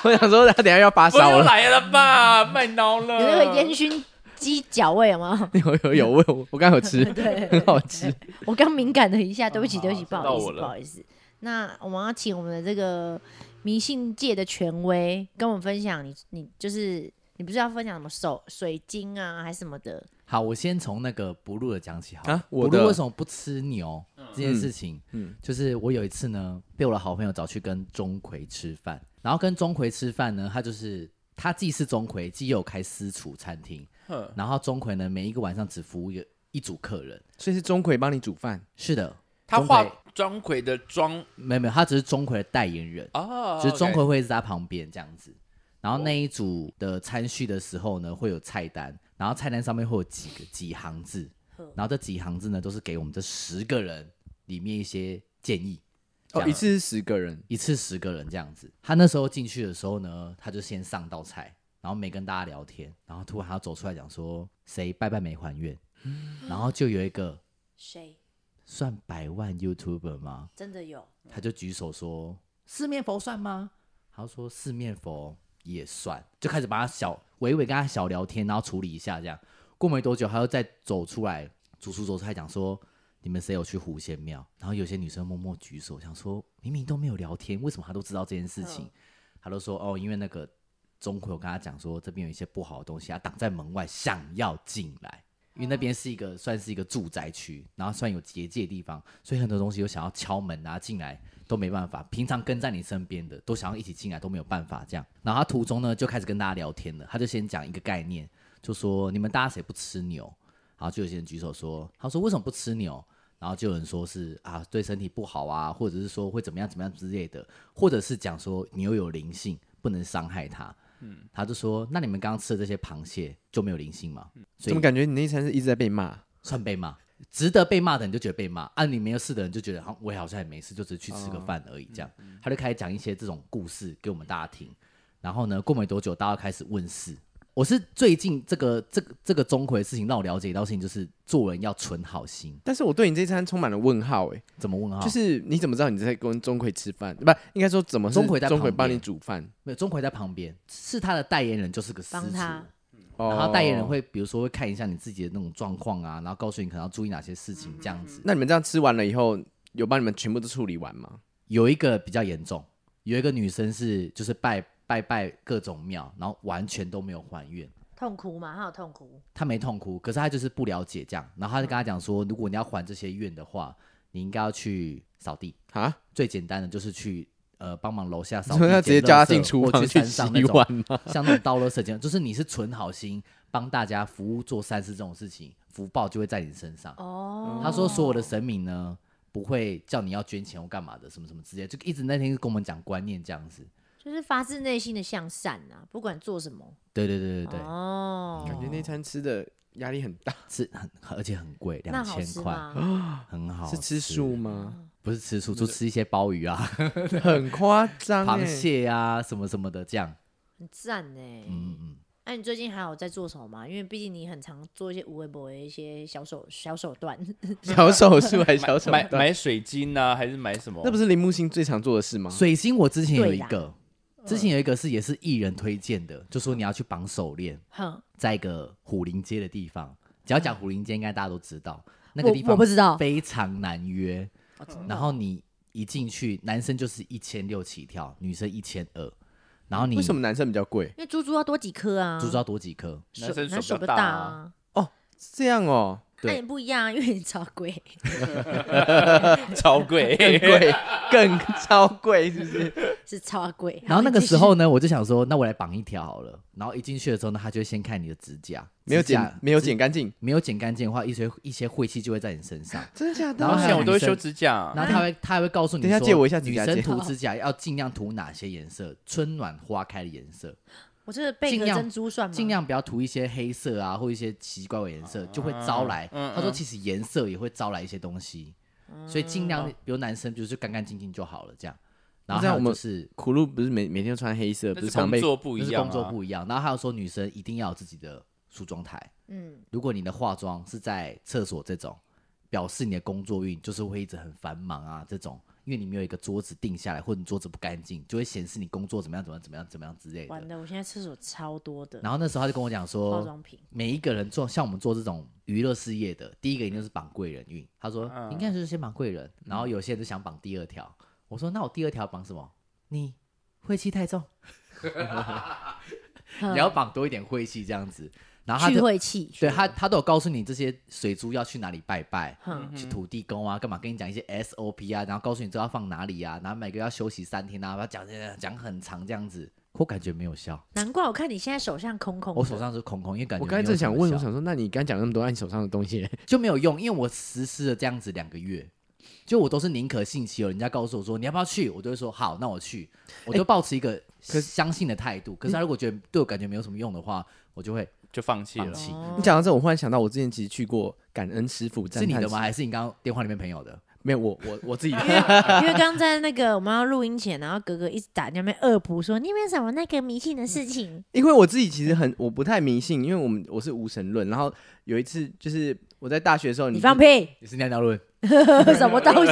Speaker 4: 我想说他等一下要 *laughs* 发
Speaker 3: 我
Speaker 4: 烧
Speaker 3: 又
Speaker 4: 了。
Speaker 3: 来了吧， *laughs* 麦挠了。
Speaker 1: 有那
Speaker 2: 呃
Speaker 1: 个烟熏鸡脚味，有 *laughs* 吗？
Speaker 4: 有有有，我有我刚好吃，
Speaker 1: *laughs* 对，
Speaker 4: 很好吃。
Speaker 1: 我刚敏感了一下，对不起，对不起，不
Speaker 3: 吓
Speaker 1: 好意
Speaker 3: 到我
Speaker 1: 思，
Speaker 3: 了
Speaker 1: 不好意思。那我们要请我们的这个迷信界的权威跟我们分享你，你就是你不是要分享什么手水晶啊，还是什么的？
Speaker 2: 好，我先从那个不露的讲起好了。
Speaker 4: 啊我的
Speaker 2: 不露为什么不吃牛这件事情？
Speaker 4: 嗯
Speaker 2: 就是我有一次呢，被我的好朋友找去跟钟馗吃饭，然后跟钟馗吃饭呢，他就是他既是钟馗，既有开私厨餐厅，
Speaker 3: 哼
Speaker 2: 然后钟馗呢每一个晚上只服务一个一组客人。
Speaker 4: 所以是钟馗帮你煮饭，
Speaker 2: 是的，
Speaker 3: 他
Speaker 2: 钟馗
Speaker 3: 画钟馗的妆
Speaker 2: 没有没有，他只是钟馗的代言人，
Speaker 4: 哦
Speaker 3: 啊，
Speaker 2: 只是钟
Speaker 3: OK
Speaker 2: 馗会一直在他旁边这样子。然后那一组的餐序的时候呢，会有菜单，然后菜单上面会有几个几行字，然后这几行字呢都是给我们这十个人里面一些建议。这
Speaker 3: 啊
Speaker 4: 哦，
Speaker 2: 样
Speaker 4: 一次是十个人，
Speaker 2: 一次十个人这样子。他那时候进去的时候呢，他就先上道菜，然后没跟大家聊天，然后突然他走出来讲说谁拜拜没还愿，然后就有一个
Speaker 1: 谁
Speaker 2: 算百万 YouTuber 吗？
Speaker 1: 真的有？
Speaker 2: 他就举手说：“四面佛算吗？”他说：“四面佛也算。”就开始把他小微微跟他小聊天，然后处理一下这样。过没多久，他又再走出来，主厨走出来讲说：“你们谁有去狐仙庙？”然后有些女生默默举手，想说明明都没有聊天，为什么他都知道这件事情？他都说：“哦，因为那个钟馗有跟他讲说，这边有一些不好的东西，他挡在门外，想要进来。”因为那边是一个算是一个住宅区，然后算有结界的地方，所以很多东西有想要敲门啊进来都没办法。平常跟在你身边的都想要一起进来都没有办法这样。然后他途中呢就开始跟大家聊天了，他就先讲一个概念，就说你们大家谁不吃牛？然后就有些人举手说，他说为什么不吃牛？然后就有人说是啊对身体不好啊，或者是说会怎么样怎么样之类的，或者是讲说牛有灵性，不能伤害它。嗯，他就说那你们刚刚吃的这些螃蟹就没有灵性吗？所
Speaker 4: 怎
Speaker 2: 以
Speaker 4: 么感觉你那一餐是一直在被骂？
Speaker 2: 算被骂，值得被骂的人就觉得被骂，啊，你没有事的人就觉得，好，我也好像也没事，就只是去吃个饭而已，这样，
Speaker 4: 嗯
Speaker 2: 他就开始讲一些这种故事给我们大家听。然后呢，过没多久，大家开始问事。我是最近这个这个这个钟馗的事情，让我了解一道事情，就是做人要存好心。
Speaker 4: 但是我对你这一餐充满了问号，哎，
Speaker 2: 怎么问啊？
Speaker 4: 就是你怎么知道你在跟钟馗吃饭？不，应该说怎么是
Speaker 2: 钟馗在
Speaker 4: 钟
Speaker 2: 旁
Speaker 4: 馗帮
Speaker 2: 边
Speaker 4: 你煮饭？
Speaker 2: 没有钟馗在旁边，是他的代言人，就是个私
Speaker 1: 帮
Speaker 2: 厨。
Speaker 1: 他
Speaker 4: 哦
Speaker 2: 然后代言人会比如说会看一下你自己的那种状况啊，然后告诉你可能要注意哪些事情这样子。
Speaker 4: 那你们这样吃完了以后，有帮你们全部都处理完吗？
Speaker 2: 有一个比较严重，有一个女生是就是拜拜拜各种庙，然后完全都没有还愿，
Speaker 1: 痛哭吗？他有痛哭？
Speaker 2: 她没痛哭，可是她就是不了解这样，然后她就跟她讲说，如果你要还这些愿的话，你应该要去扫地，
Speaker 4: 啊，
Speaker 2: 最简单的就是去呃帮忙楼下扫
Speaker 4: *laughs* 你说
Speaker 2: 地，
Speaker 4: 要直接
Speaker 2: 捡垃圾
Speaker 4: 叫他进厨
Speaker 2: 或
Speaker 4: 房
Speaker 2: 去山
Speaker 4: 洗
Speaker 2: 上那种哦
Speaker 4: 碗吗？
Speaker 2: 像那种刀乐色情，就是你是存好心帮大家服务做善事这种事情，福报就会在你身上。
Speaker 1: 哦，
Speaker 2: 他说所有的神明呢不会叫你要捐钱或干嘛的，什么什么之类的，就一直那天跟我们讲观念这样子。
Speaker 1: 就是发自内心的向善啊，不管做什么。
Speaker 2: 对对对对对，
Speaker 1: 哦，
Speaker 4: 感觉那餐吃的压力很大，
Speaker 2: 是很而且很贵，
Speaker 1: 那
Speaker 2: 两
Speaker 1: 好
Speaker 2: 千
Speaker 1: 吃
Speaker 2: 块，
Speaker 1: 吗？
Speaker 2: 很好。
Speaker 4: 是吃素？吗？
Speaker 2: 不是吃素，就吃一些鲍鱼啊、
Speaker 4: 很夸
Speaker 2: *laughs*
Speaker 4: 张、欸，
Speaker 2: 螃蟹啊什么什么的这样。
Speaker 1: 很赞欸呢。
Speaker 2: 嗯嗯，
Speaker 1: 那、你最近还有在做什么吗？因为毕竟你很常做一些无微博的一些小手小手段， *laughs*
Speaker 4: 小手术还是小手
Speaker 3: 买
Speaker 4: 段？
Speaker 3: 买水晶啊，还是买什么？
Speaker 4: 那不是铃木星最常做的事吗
Speaker 2: 嗯。？水星我之前有
Speaker 1: 对
Speaker 2: 一
Speaker 1: 啦
Speaker 2: 个，之前有一个是也是艺人推荐的，就说你要去绑手链，
Speaker 1: 哼，
Speaker 2: 在一个虎林街的地方。只要讲虎林街，应该大家都知道那
Speaker 1: 嗯
Speaker 2: 个
Speaker 1: 我
Speaker 2: 地方。
Speaker 1: 我不知道，哦
Speaker 2: 非常难约。然后你一进去，男生就是一千六起跳，女生一千二。然后你
Speaker 4: 为什么男生比较贵？
Speaker 1: 因为猪猪要多几颗啊，
Speaker 2: 就知道多几颗？
Speaker 1: 手
Speaker 3: 男生
Speaker 1: 男
Speaker 3: 手
Speaker 1: 手
Speaker 3: 比
Speaker 1: 不大
Speaker 3: 较大
Speaker 1: 啊
Speaker 3: 啊，
Speaker 4: 这样哦，
Speaker 1: 那
Speaker 2: 对
Speaker 1: 也不一样啊，因为你超贵， *laughs*
Speaker 3: *laughs* 超贵，
Speaker 4: 贵，更超贵是
Speaker 2: *laughs*
Speaker 4: 不是？
Speaker 1: 是超贵。
Speaker 2: 然后那个时
Speaker 1: 好
Speaker 2: 候呢，我就想说，那我来绑一条好了。然后一进去的时候呢，他就会先看你的指甲，
Speaker 4: 没有
Speaker 2: 指甲
Speaker 4: 剪，没有剪干净，
Speaker 2: 没有剪干净的话，一些一些晦气就会在你身上。
Speaker 4: 真的假
Speaker 2: 然后
Speaker 3: 之
Speaker 2: 还
Speaker 3: 前
Speaker 2: 有
Speaker 3: 我都会
Speaker 2: 女生
Speaker 3: 修指甲，
Speaker 2: 然后他会他还会告诉你
Speaker 4: 啊等
Speaker 2: 说，
Speaker 4: 一下借我一下指
Speaker 2: 女
Speaker 4: 甲
Speaker 2: 生
Speaker 4: 剪
Speaker 2: 涂指甲要尽量涂哪些颜色，春暖花开的颜色，
Speaker 1: 我这个贝壳
Speaker 2: 尽量
Speaker 1: 珍珠算吗？
Speaker 2: 尽量不要涂一些黑色啊或一些奇怪的颜
Speaker 1: 哦
Speaker 2: 色，就会招来。
Speaker 3: 嗯嗯
Speaker 2: 他说其实颜
Speaker 1: 嗯
Speaker 2: 色也会招来一些东西，所以尽量比如男生就是干干净净就好了这样。然后
Speaker 4: 这
Speaker 2: 还
Speaker 4: 样
Speaker 2: 有
Speaker 4: 我
Speaker 2: 就
Speaker 4: 们
Speaker 2: 是
Speaker 4: 苦路不是每每天都穿黑色，
Speaker 3: 那
Speaker 4: 不
Speaker 3: 是
Speaker 4: 常
Speaker 3: 工
Speaker 4: 被
Speaker 3: 作不
Speaker 2: 就
Speaker 3: 一
Speaker 2: 是
Speaker 3: 样、啊，
Speaker 2: 工作不一样，然后还有说女生一定要有自己的梳妆台。
Speaker 1: 嗯，
Speaker 2: 如果你的化妆是在厕所这种，表示你的工作运就是会一直很繁忙啊这种，因为你没有一个桌子定下来，或者你桌子不干净，就会显示你工作怎么样怎么样怎么样怎么样之类
Speaker 1: 完
Speaker 2: 的。
Speaker 1: 了，我现在厕所超多的
Speaker 2: 然后那时候他就跟我讲
Speaker 1: 化
Speaker 2: 说，
Speaker 1: 妆品，
Speaker 2: 每一个人做像我们做这种娱乐事业的，第一个一定是绑贵人运。他说、
Speaker 3: 嗯
Speaker 2: 你应该就是先绑贵人，然后有些人就想绑第二条。我说那我第二条绑什么？你晦气太重，你要绑多一点晦气这样子。然后他
Speaker 1: 聚
Speaker 2: 就
Speaker 1: 会器，
Speaker 2: 对他，他都有告诉你这些水珠要去哪里拜拜，
Speaker 1: 嗯
Speaker 2: 去土地公啊，干嘛？跟你讲一些 SOP 啊，然后告诉你这要放哪里啊，然后每个要休息三天啊，他讲讲讲很长这样子。我感觉没有效，
Speaker 1: 难怪我看你现在手上空空的，
Speaker 2: 我手上是空空，因为感觉
Speaker 4: 我刚才
Speaker 2: 没有
Speaker 4: 正想
Speaker 2: 什么
Speaker 4: 问，我
Speaker 2: 效
Speaker 4: 想说，那你刚才讲那么多，按你手上的东西，
Speaker 2: 就没有用，因为我实施了这样子两个月，就我都是宁可信其有，人家告诉我说你要不要去，我都会说好，那我去，我就保持一个相信的态度。可是他如果觉得对我感觉没有什么用的话，我就会
Speaker 3: 就放弃
Speaker 2: 放
Speaker 3: 了。
Speaker 2: 弃。
Speaker 1: 哦
Speaker 4: 你讲到这，我忽然想到，我之前其实去过感恩师傅赞
Speaker 2: 是
Speaker 4: 叹
Speaker 2: 你
Speaker 4: 师，
Speaker 2: 的吗？还是你刚刚电话里面朋友的？
Speaker 4: 没有，我我我自己
Speaker 1: 因为刚在那个我们要录音前，然后格格一直打在那边恶补说你有没有什么那个迷信的事情？
Speaker 4: 因为我自己其实很我不太迷信，因为我们我是无神论。然后有一次就是我在大学的时候，
Speaker 2: 嗯
Speaker 1: 你
Speaker 4: 你
Speaker 1: 放屁，
Speaker 2: *laughs* 你是尿尿论？
Speaker 1: *laughs* 什么东西？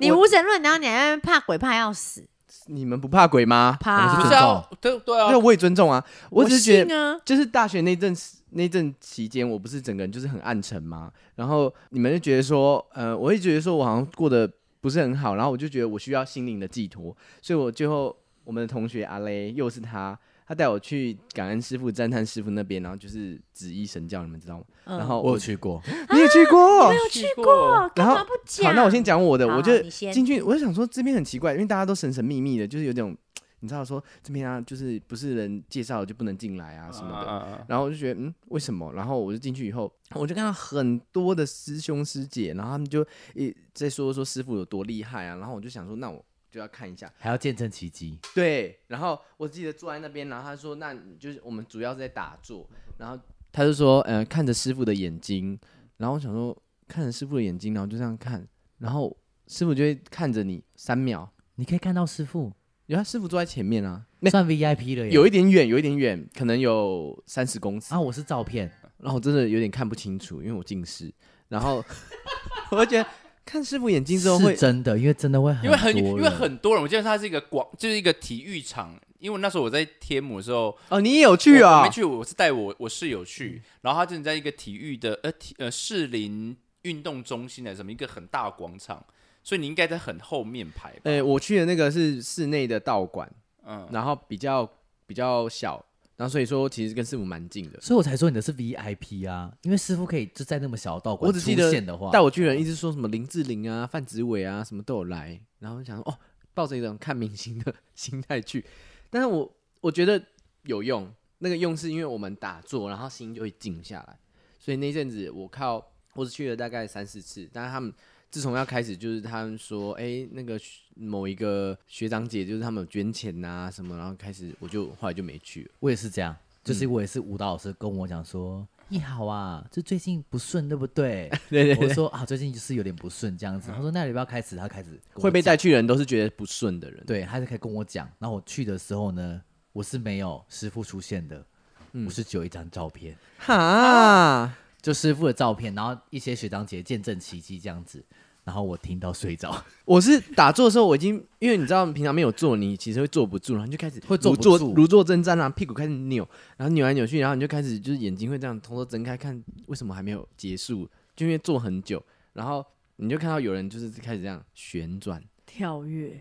Speaker 1: 你无神论，然后你还在那边怕鬼怕要死，
Speaker 4: 你们不怕鬼吗？
Speaker 1: 怕
Speaker 2: 我是
Speaker 3: 不
Speaker 2: 尊
Speaker 3: 是
Speaker 1: 啊！
Speaker 3: 啊，对对啊
Speaker 4: 那，我也尊重啊，我只是觉
Speaker 1: 信
Speaker 4: 得。
Speaker 1: 啊，
Speaker 4: 就是大学那阵那阵期间，我不是整个人就是很暗沉嘛，然后你们就觉得说，呃，我会觉得说我好像过得不是很好，然后我就觉得我需要心灵的寄托，所以我最后我们的同学阿雷又是他，他带我去感恩师傅、赞叹师傅那边，然后就是紫衣神教，你们知道吗？
Speaker 1: 嗯
Speaker 4: 然后
Speaker 2: 我有去过，
Speaker 4: 你也去过，
Speaker 3: 有去过，啊
Speaker 1: 哦干嘛
Speaker 4: 然后
Speaker 1: 不
Speaker 4: 好，
Speaker 1: 讲？
Speaker 4: 那我先讲我的，
Speaker 1: 好
Speaker 4: 我就
Speaker 1: 你先
Speaker 4: 进去，我就想说这边很奇怪，因为大家都神神秘秘的，就是有种你知道说这边啊，就是不是人介绍的就不能进来啊什么的。
Speaker 3: 的，
Speaker 4: 然后我就觉得，嗯，为什么？然后我就进去以后，我就看到很多的师兄师姐，然后他们就一在说说师傅有多厉害啊。然后我就想说，那我就要看一下。
Speaker 2: 还要见证奇迹。
Speaker 4: 对，然后我记得坐在那边，然后他说，那你就是我们主要是在打坐，然后他就说，呃，看着师傅的眼睛，然后我想说，看着师傅的眼睛，然后就这样看，然后师傅就会看着你三秒，
Speaker 2: 你可以看到师傅，
Speaker 4: 因为他师傅坐在前面啊，那
Speaker 2: 算 VIP 了耶。
Speaker 4: 有一点远，有一点远，可能有三十公尺，
Speaker 2: 啊，我是照片，
Speaker 4: 然后我真的有点看不清楚，因为我近视，然后 *laughs* 我就觉得看师傅眼睛之后
Speaker 2: 是
Speaker 4: 会
Speaker 2: 真的，因为真的会很
Speaker 3: 因为很
Speaker 2: 多
Speaker 3: 因为
Speaker 2: 人
Speaker 3: 很多人，我记得它是一个广，就是一个体育场。因为那时候我在天母的时候，
Speaker 4: 哦，你也有去
Speaker 3: 我我
Speaker 4: 啊
Speaker 3: 没？去，我是带我我室友去，
Speaker 1: 嗯
Speaker 3: 然后他正在一个体育的呃体呃士林运动中心的什么一个很大的广场，所以你应该在很后面排吧。
Speaker 4: 哎、我去的那个是室内的道馆，
Speaker 3: 嗯，
Speaker 4: 然后比较比较小，然后所以说其实跟师傅蛮近的。
Speaker 2: 所以我才说你的是 VIP 啊，因为师傅可以就在那么小的道馆
Speaker 4: 我只
Speaker 2: 出
Speaker 4: 记得
Speaker 2: 现的话，
Speaker 4: 带我去的人一直说什么林志玲啊、范植伟啊，什么都有来，然后我想说哦，抱着一种看明星的心态去，但是我我觉得有用，那个用是因为我们打坐，然后心就会静下来，所以那阵子我靠，我只去了大概三四次，但是他们。自从要开始，就是他们说，哎、那个学某一个学长姐，就是他们有捐钱呐、什么，然后开始我就后来就没去了。
Speaker 2: 我也是这样，
Speaker 4: 嗯
Speaker 2: 就是我也是舞蹈老师跟我讲说，一好啊，这最近不顺，对不
Speaker 4: *laughs*
Speaker 2: 对？
Speaker 4: 对对
Speaker 2: 我说啊，最近就是有点不顺这样子。他说那你不要开始，他开始跟我
Speaker 4: 嗯会被
Speaker 2: 讲
Speaker 4: 带去的人都是觉得不顺的人。
Speaker 2: 对，他就可以跟我讲。然后我去的时候呢，我是没有师傅出现的，
Speaker 4: 嗯
Speaker 2: 我是只有一张照片，
Speaker 4: 哈，
Speaker 2: 就师傅的照片，然后一些学长姐见证奇迹这样子。然后我听到睡着，
Speaker 4: *laughs* 我是打坐的时候，我已经因为你知道平常没有坐，你其实会坐不住，然后你就开始
Speaker 2: 会坐
Speaker 4: 如
Speaker 2: 不
Speaker 4: 坐
Speaker 2: 住
Speaker 4: 如坐针毡啊，屁股开始扭，然后扭来扭去，然后你就开始就是眼睛会这样偷偷睁开看为什么还没有结束，就因为坐很久，然后你就看到有人就是开始这样旋转，
Speaker 1: 跳跃，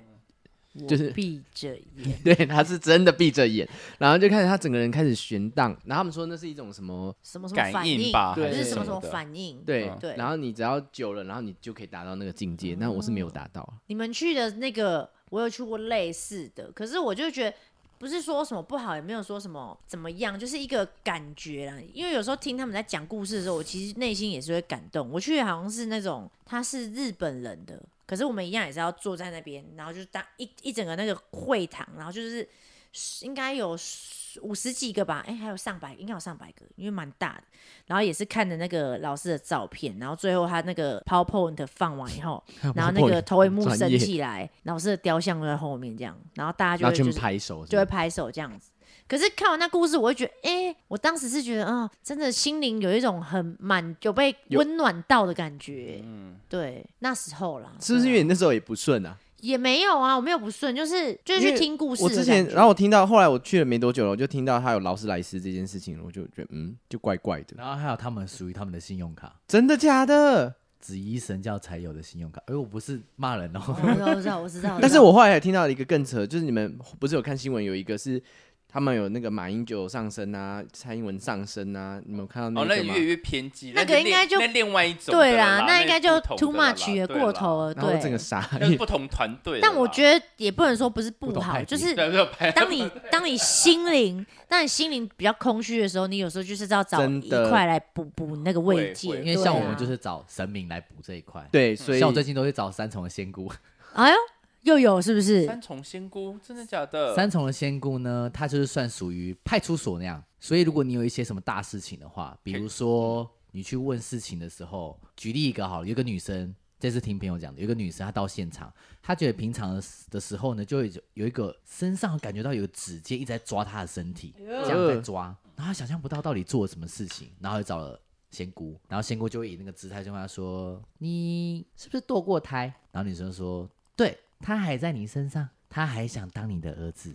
Speaker 4: 就是
Speaker 1: 我闭着
Speaker 4: *laughs*
Speaker 1: 眼，
Speaker 4: *laughs* 对，他是真的闭着眼， *laughs* 然后就开始他整个人开始悬荡，然后他们说那是一种什么
Speaker 1: 什么什么
Speaker 3: 感
Speaker 1: 反应
Speaker 3: 应吧，
Speaker 4: 对
Speaker 1: 不
Speaker 3: 还
Speaker 1: 是
Speaker 3: 是
Speaker 1: 什么什么
Speaker 3: 的。
Speaker 1: 反应？，
Speaker 4: 对
Speaker 3: 嗯
Speaker 1: 对嗯
Speaker 4: 然后你只要久了，然后你就可以达到那个境界，但我是没有达到，
Speaker 1: 你们去的那个我有去过类似的，可是我就觉得。不是说什么不好，也没有说什么怎么样，就是一个感觉啦。因为有时候听他们在讲故事的时候，我其实内心也是会感动。我去好像是那种他是日本人的，可是我们一样也是要坐在那边，然后就是当一一整个那个会堂，然后就是十应该有十五十几个吧，哎、还有上百，应该有上百个，因为蛮大的。然后也是看着那个老师的照片，然后最后他那个 PowerPoint 放完以
Speaker 4: *laughs*
Speaker 1: 后，然后那个投影幕
Speaker 4: 专
Speaker 1: 升
Speaker 4: 业
Speaker 1: 起来，老师的雕像就在后面这样，然后大家就
Speaker 4: 然
Speaker 1: 会
Speaker 4: 后全
Speaker 1: 就
Speaker 4: 部
Speaker 1: 是
Speaker 4: 拍手，
Speaker 1: 就会拍手这样子。可是看完那故事，我会觉得，哎、我当时是觉得，啊、真的心灵有一种很满，有被
Speaker 4: 有
Speaker 1: 温暖到的感觉。嗯，对，那时候啦，
Speaker 4: 是不是因
Speaker 1: 对啊
Speaker 4: 为你那时候也不顺啊？
Speaker 1: 也没有啊？我没有不顺，就是就是
Speaker 4: 因
Speaker 1: 去
Speaker 4: 为
Speaker 1: 听故事
Speaker 4: 我
Speaker 1: 的
Speaker 4: 之
Speaker 1: 感觉。
Speaker 4: 前，然后我听到后来我去了没多久了，我就听到他有劳斯莱斯这件事情了，我就觉得嗯，就怪怪的。
Speaker 2: 然后还有他们属于他们的信用卡，
Speaker 4: 真的假的？
Speaker 2: 只一神教才有的信用卡。哎，我不是骂人
Speaker 1: 哦
Speaker 2: 哦，
Speaker 1: 我知道，我知道，我知道。
Speaker 4: *laughs* 但是
Speaker 1: 知道
Speaker 4: 我后来还听到一个更扯，就是你们不是有看新闻，有一个是他们有那个马英九上升啊，蔡英文上升啊，你们有看到
Speaker 3: 哦，
Speaker 4: 那
Speaker 3: 那
Speaker 4: 个吗？
Speaker 3: 越来越偏激，
Speaker 1: 那个
Speaker 3: 是
Speaker 1: 应该
Speaker 3: 另
Speaker 1: 就
Speaker 3: 那另外一种的
Speaker 1: 对啦，，
Speaker 3: 啦那
Speaker 1: 那应该就
Speaker 3: 不同
Speaker 1: too
Speaker 3: 的啦
Speaker 1: much 也
Speaker 3: 对
Speaker 1: 过
Speaker 3: 啦
Speaker 1: 头了，
Speaker 4: 然后我
Speaker 1: 对。
Speaker 4: 整个傻
Speaker 3: 那是
Speaker 4: 眼
Speaker 3: 不。同团队的啦，
Speaker 1: 但我觉得也不能说不是不好，
Speaker 2: 太
Speaker 1: 就是
Speaker 3: 对对对
Speaker 1: 当你当你心灵当你心灵比较空虚的时候，你有时候就是要找
Speaker 4: 真
Speaker 1: 一
Speaker 4: 的
Speaker 1: 块来补补那个慰
Speaker 3: 会
Speaker 1: 藉。
Speaker 3: 会
Speaker 2: 因为像我们
Speaker 1: 对啊
Speaker 2: 就是找神明来补这一块。，
Speaker 4: *laughs* 对，所以
Speaker 2: 像我最近都会找三重的仙姑。
Speaker 1: 哎呦，又有是不是？
Speaker 3: 三重仙姑，真的假
Speaker 4: 呃
Speaker 3: 的？
Speaker 2: 三重的仙姑呢，它就是算属于派出所那样，所以如果你有一些什么大事情的话，比如说你去问事情的时候，举例一个好了，有一个女生，这次听朋友讲的，有一个女生她到现场，她觉得平常的时的时候呢，就会有有一个身上感觉到有个指尖一直在抓她的身体，这样在抓，然后她想象不到到底做了什么事情，然后就找了。仙姑，然后仙姑就会以那个姿态就跟她说：“你是不是堕过胎？”然后女生说：“对，他还在你身上，他还想当你的儿子。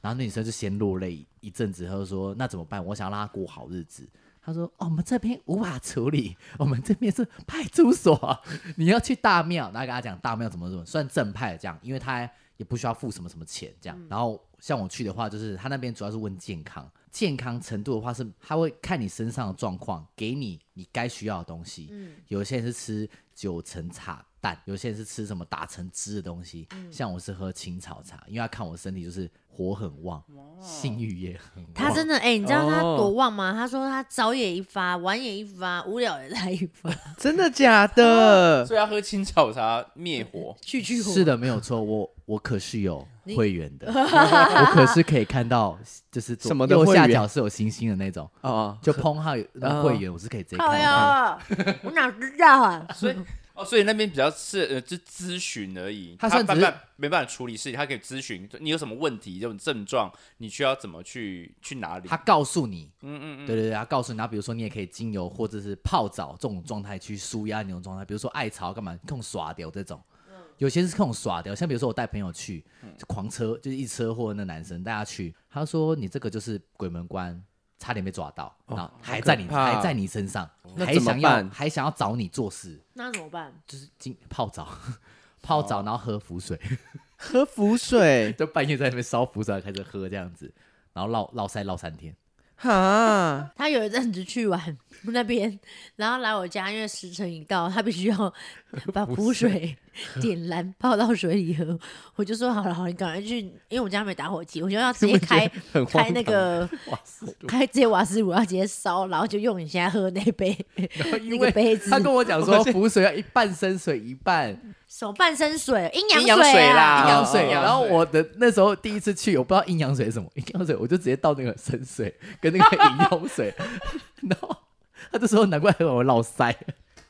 Speaker 2: 然后那女生就先落泪一阵子，她就说：“那怎么办？我想要让他过好日子。”她说、哦我们这边无法处理， *laughs* 我们这边是派出所， *laughs* 你要去大庙。”然后跟他讲大庙怎么怎么，算正派的这样，因为他也不需要付什么什么钱这样。然后像我去的话，就是他那边主要是问健康，健康程度的话是他会看你身上的状况，给你你该需要的东西。有些人是吃九层茶蛋，有些人是吃什么打成汁的东西。像我是喝青草茶，因为他看我身体就是火很旺，性欲也很旺。
Speaker 1: 他真的哎、你知道他
Speaker 4: 哦
Speaker 1: 多旺吗？他说他早也一发，晚也一发，无聊也来一发，
Speaker 4: 真的假的？
Speaker 3: 所以要喝青草茶灭火，
Speaker 1: 去去火。
Speaker 2: 是的，没有错，我我可是有会员的，我可是可以看到，就是左
Speaker 4: 什么的
Speaker 2: 右
Speaker 4: 会
Speaker 2: 下
Speaker 4: 员
Speaker 2: 角是有星星的那种，
Speaker 4: 哦，
Speaker 2: 就碰号有那会员，我是可以直接看
Speaker 1: 靠
Speaker 2: 到。
Speaker 1: 呀，我哪知道啊？
Speaker 3: 所
Speaker 1: *laughs*
Speaker 3: 以哦，所以那边比较是呃，就咨询而已。
Speaker 2: 他算
Speaker 3: 办
Speaker 2: 只是
Speaker 3: 办没办法处理事情，他可以咨询你有什么问题、这种症状，你需要怎么去去哪里
Speaker 2: 他？告诉你，
Speaker 3: 嗯嗯嗯，
Speaker 2: 对对对，他告诉你，然后比如说你也可以精油或者是泡澡这种状态去舒压那种状态，比如说艾草干嘛控耍掉这种，
Speaker 4: 嗯
Speaker 2: 有些是控耍掉，像比如说我带朋友去，就狂车就是一车祸那男生带他去，他说你这个就是鬼门关。差点被抓到，然后还在你、
Speaker 4: 哦可怕哦
Speaker 2: 还在你身上，
Speaker 4: 那
Speaker 2: 还
Speaker 4: 怎么
Speaker 2: 想要
Speaker 4: 办
Speaker 2: 还想要找你做事，
Speaker 1: 那怎么办？
Speaker 2: 就是进泡澡， *laughs* 泡
Speaker 4: 哦
Speaker 2: 澡然后喝符水， *laughs*
Speaker 4: 喝浮水
Speaker 2: 就半夜在那边烧符水开始喝这样子，然后绕绕塞绕三天，
Speaker 4: 哈，
Speaker 1: 他有一阵子去玩那边， *laughs* 然后来我家，因为时辰已到，他必须要把补水 *laughs* 点燃，泡到水里喝。我就说好了，好了，你赶快去，因为我家没打火机，我就要直接开
Speaker 4: 很荒
Speaker 1: 开那
Speaker 4: 唐
Speaker 1: 个
Speaker 2: 哇
Speaker 1: *laughs*
Speaker 2: 塞！
Speaker 1: 开直接瓦斯炉，要直接烧，然后就用你现在喝那杯那个杯子
Speaker 2: 他，跟我讲说，浮水要一半生水一半
Speaker 1: 手半身水，阴阳
Speaker 3: 阴阳
Speaker 1: 水
Speaker 3: 水
Speaker 1: 啊
Speaker 3: 啦
Speaker 2: 阴
Speaker 3: 哦
Speaker 2: 阳水，
Speaker 3: 哦
Speaker 2: 然后我的那时候第一次去，我不知道阴阳水是什么，阴阳水我就直接倒那个生水跟那个饮用水，然后他就说难怪我落腮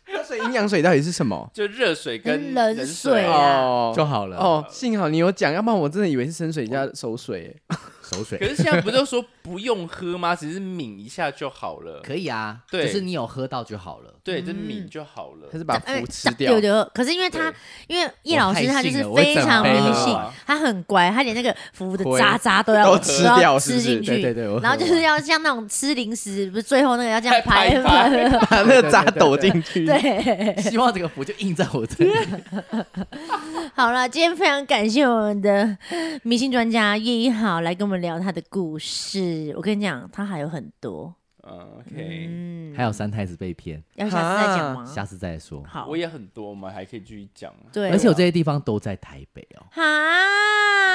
Speaker 4: 那所以阴阳水到底是什么？
Speaker 3: 就热水
Speaker 1: 跟
Speaker 3: 跟
Speaker 1: 冷
Speaker 3: 冷
Speaker 1: 水啊
Speaker 4: 哦
Speaker 2: 就好了，
Speaker 4: 哦，幸好你有讲，要不然我真的以为是深水加手水耶。
Speaker 2: 手
Speaker 3: 可
Speaker 2: 水
Speaker 3: 是现在不就说不用喝吗？只是抿一下就好了。
Speaker 2: 可以啊，
Speaker 3: 对
Speaker 2: 就是你有喝到就好了。
Speaker 3: 对，就
Speaker 1: 嗯
Speaker 3: 抿就好了
Speaker 4: 他。是把
Speaker 1: 哎
Speaker 4: 符吃
Speaker 1: 有
Speaker 4: 掉，
Speaker 1: 的，可是因为他
Speaker 3: 对
Speaker 1: 因为叶老师他就是
Speaker 2: 我太
Speaker 1: 非
Speaker 2: 信了
Speaker 4: 啊
Speaker 1: 常
Speaker 2: 我整
Speaker 3: 杯
Speaker 1: 迷
Speaker 3: 喝
Speaker 1: 信
Speaker 3: 完，
Speaker 1: 他很乖，他连那个服务的
Speaker 4: 亏
Speaker 1: 渣呃渣都要
Speaker 4: *laughs* 都吃
Speaker 1: 要
Speaker 4: 掉是
Speaker 1: 吃
Speaker 4: 不是
Speaker 1: 进去，
Speaker 2: 对对
Speaker 1: *laughs*
Speaker 2: 对我喝
Speaker 1: 然后就是
Speaker 2: 完
Speaker 1: 要像那种吃零食，不是最后那个要这样排
Speaker 3: 拍
Speaker 1: *laughs*
Speaker 3: 一排
Speaker 4: 把 *laughs* 那个渣抖进去。
Speaker 1: 对，
Speaker 2: 希望这个符就印在我这里。
Speaker 1: 好了，今天非常感谢我们的迷信专家叶一好来跟我们聊他的故事。我跟你讲，他还有很多，
Speaker 3: 嗯，OK，
Speaker 1: 嗯，
Speaker 2: 还有三太子被骗，
Speaker 1: 要下次再讲吗？
Speaker 2: 下次再说。
Speaker 1: 好
Speaker 3: 我，也很多，我们还可以继续讲。
Speaker 1: 嗯
Speaker 3: 啊
Speaker 1: 对，
Speaker 2: 哦而且我这些地方都在台北哦。
Speaker 1: 哈，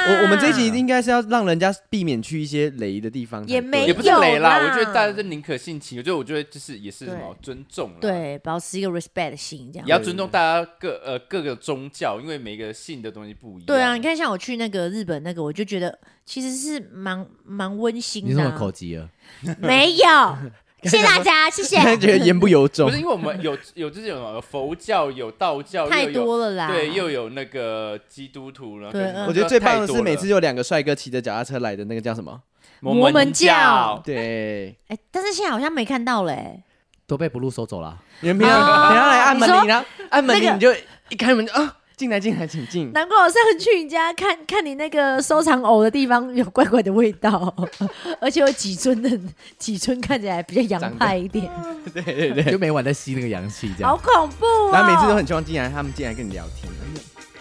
Speaker 4: 我我们这一集应该是要让人家避免去一些雷的地方才对，
Speaker 1: 也没
Speaker 3: 也不是雷啦，
Speaker 1: 有啦
Speaker 3: 我觉得大家就宁可信其有，就我觉得就是也是什么尊重啦，，
Speaker 1: 对，保持一个 respect 的心，这样
Speaker 3: 也。要尊重大家各呃各个宗教，因为每个信的东西不一样。
Speaker 1: 对啊，你看像我去那个日本那个，我就觉得其实是蛮蛮温馨
Speaker 2: 你
Speaker 1: 的、
Speaker 2: 怎
Speaker 1: 啊。
Speaker 2: 么 *laughs* 口急了？
Speaker 1: *laughs* 没有，谢谢大家，谢谢
Speaker 4: 现。在 *laughs* 觉得言不由衷
Speaker 3: 不是。因为我们有 *laughs* 有这种有佛教、有道教，
Speaker 1: *laughs* 太
Speaker 3: 又有
Speaker 1: 多了啦，
Speaker 3: 对，又有那个基督徒了。
Speaker 1: 对
Speaker 3: 跟
Speaker 1: 嗯
Speaker 4: 我觉得最棒的
Speaker 3: 太多
Speaker 4: 是
Speaker 3: 了
Speaker 4: 每次有两个帅哥骑着脚踏车来的那个叫什么？
Speaker 3: 摩
Speaker 1: 摩门教，
Speaker 4: 对，
Speaker 1: 哎、但是现在好像没看到嘞、哎
Speaker 2: 都被 blue 收走了。
Speaker 4: 你们平常
Speaker 1: 哦
Speaker 4: 平常来按门
Speaker 1: 你
Speaker 4: 铃，
Speaker 1: 说
Speaker 4: 然后按门
Speaker 1: 那
Speaker 4: 铃
Speaker 1: 个
Speaker 4: 你就一开门就啊，进来进来，请进。
Speaker 1: 难怪我上次去你家看 *laughs* 看你那个收藏偶的地方有怪怪的味道， *laughs* 而且有几尊的几尊看起来比较洋派一点，
Speaker 4: 对对对，
Speaker 2: 就每晚在吸那个阳气，这
Speaker 1: 好
Speaker 2: 样
Speaker 1: 恐怖哦！
Speaker 4: 然后每次都很希望进来，他们进来跟你聊天。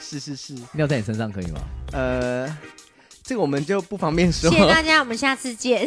Speaker 4: 是是是，
Speaker 2: 尿在你身上可以吗？
Speaker 4: 呃，这个我们就不方便说
Speaker 1: 谢。谢大家，我们下次见。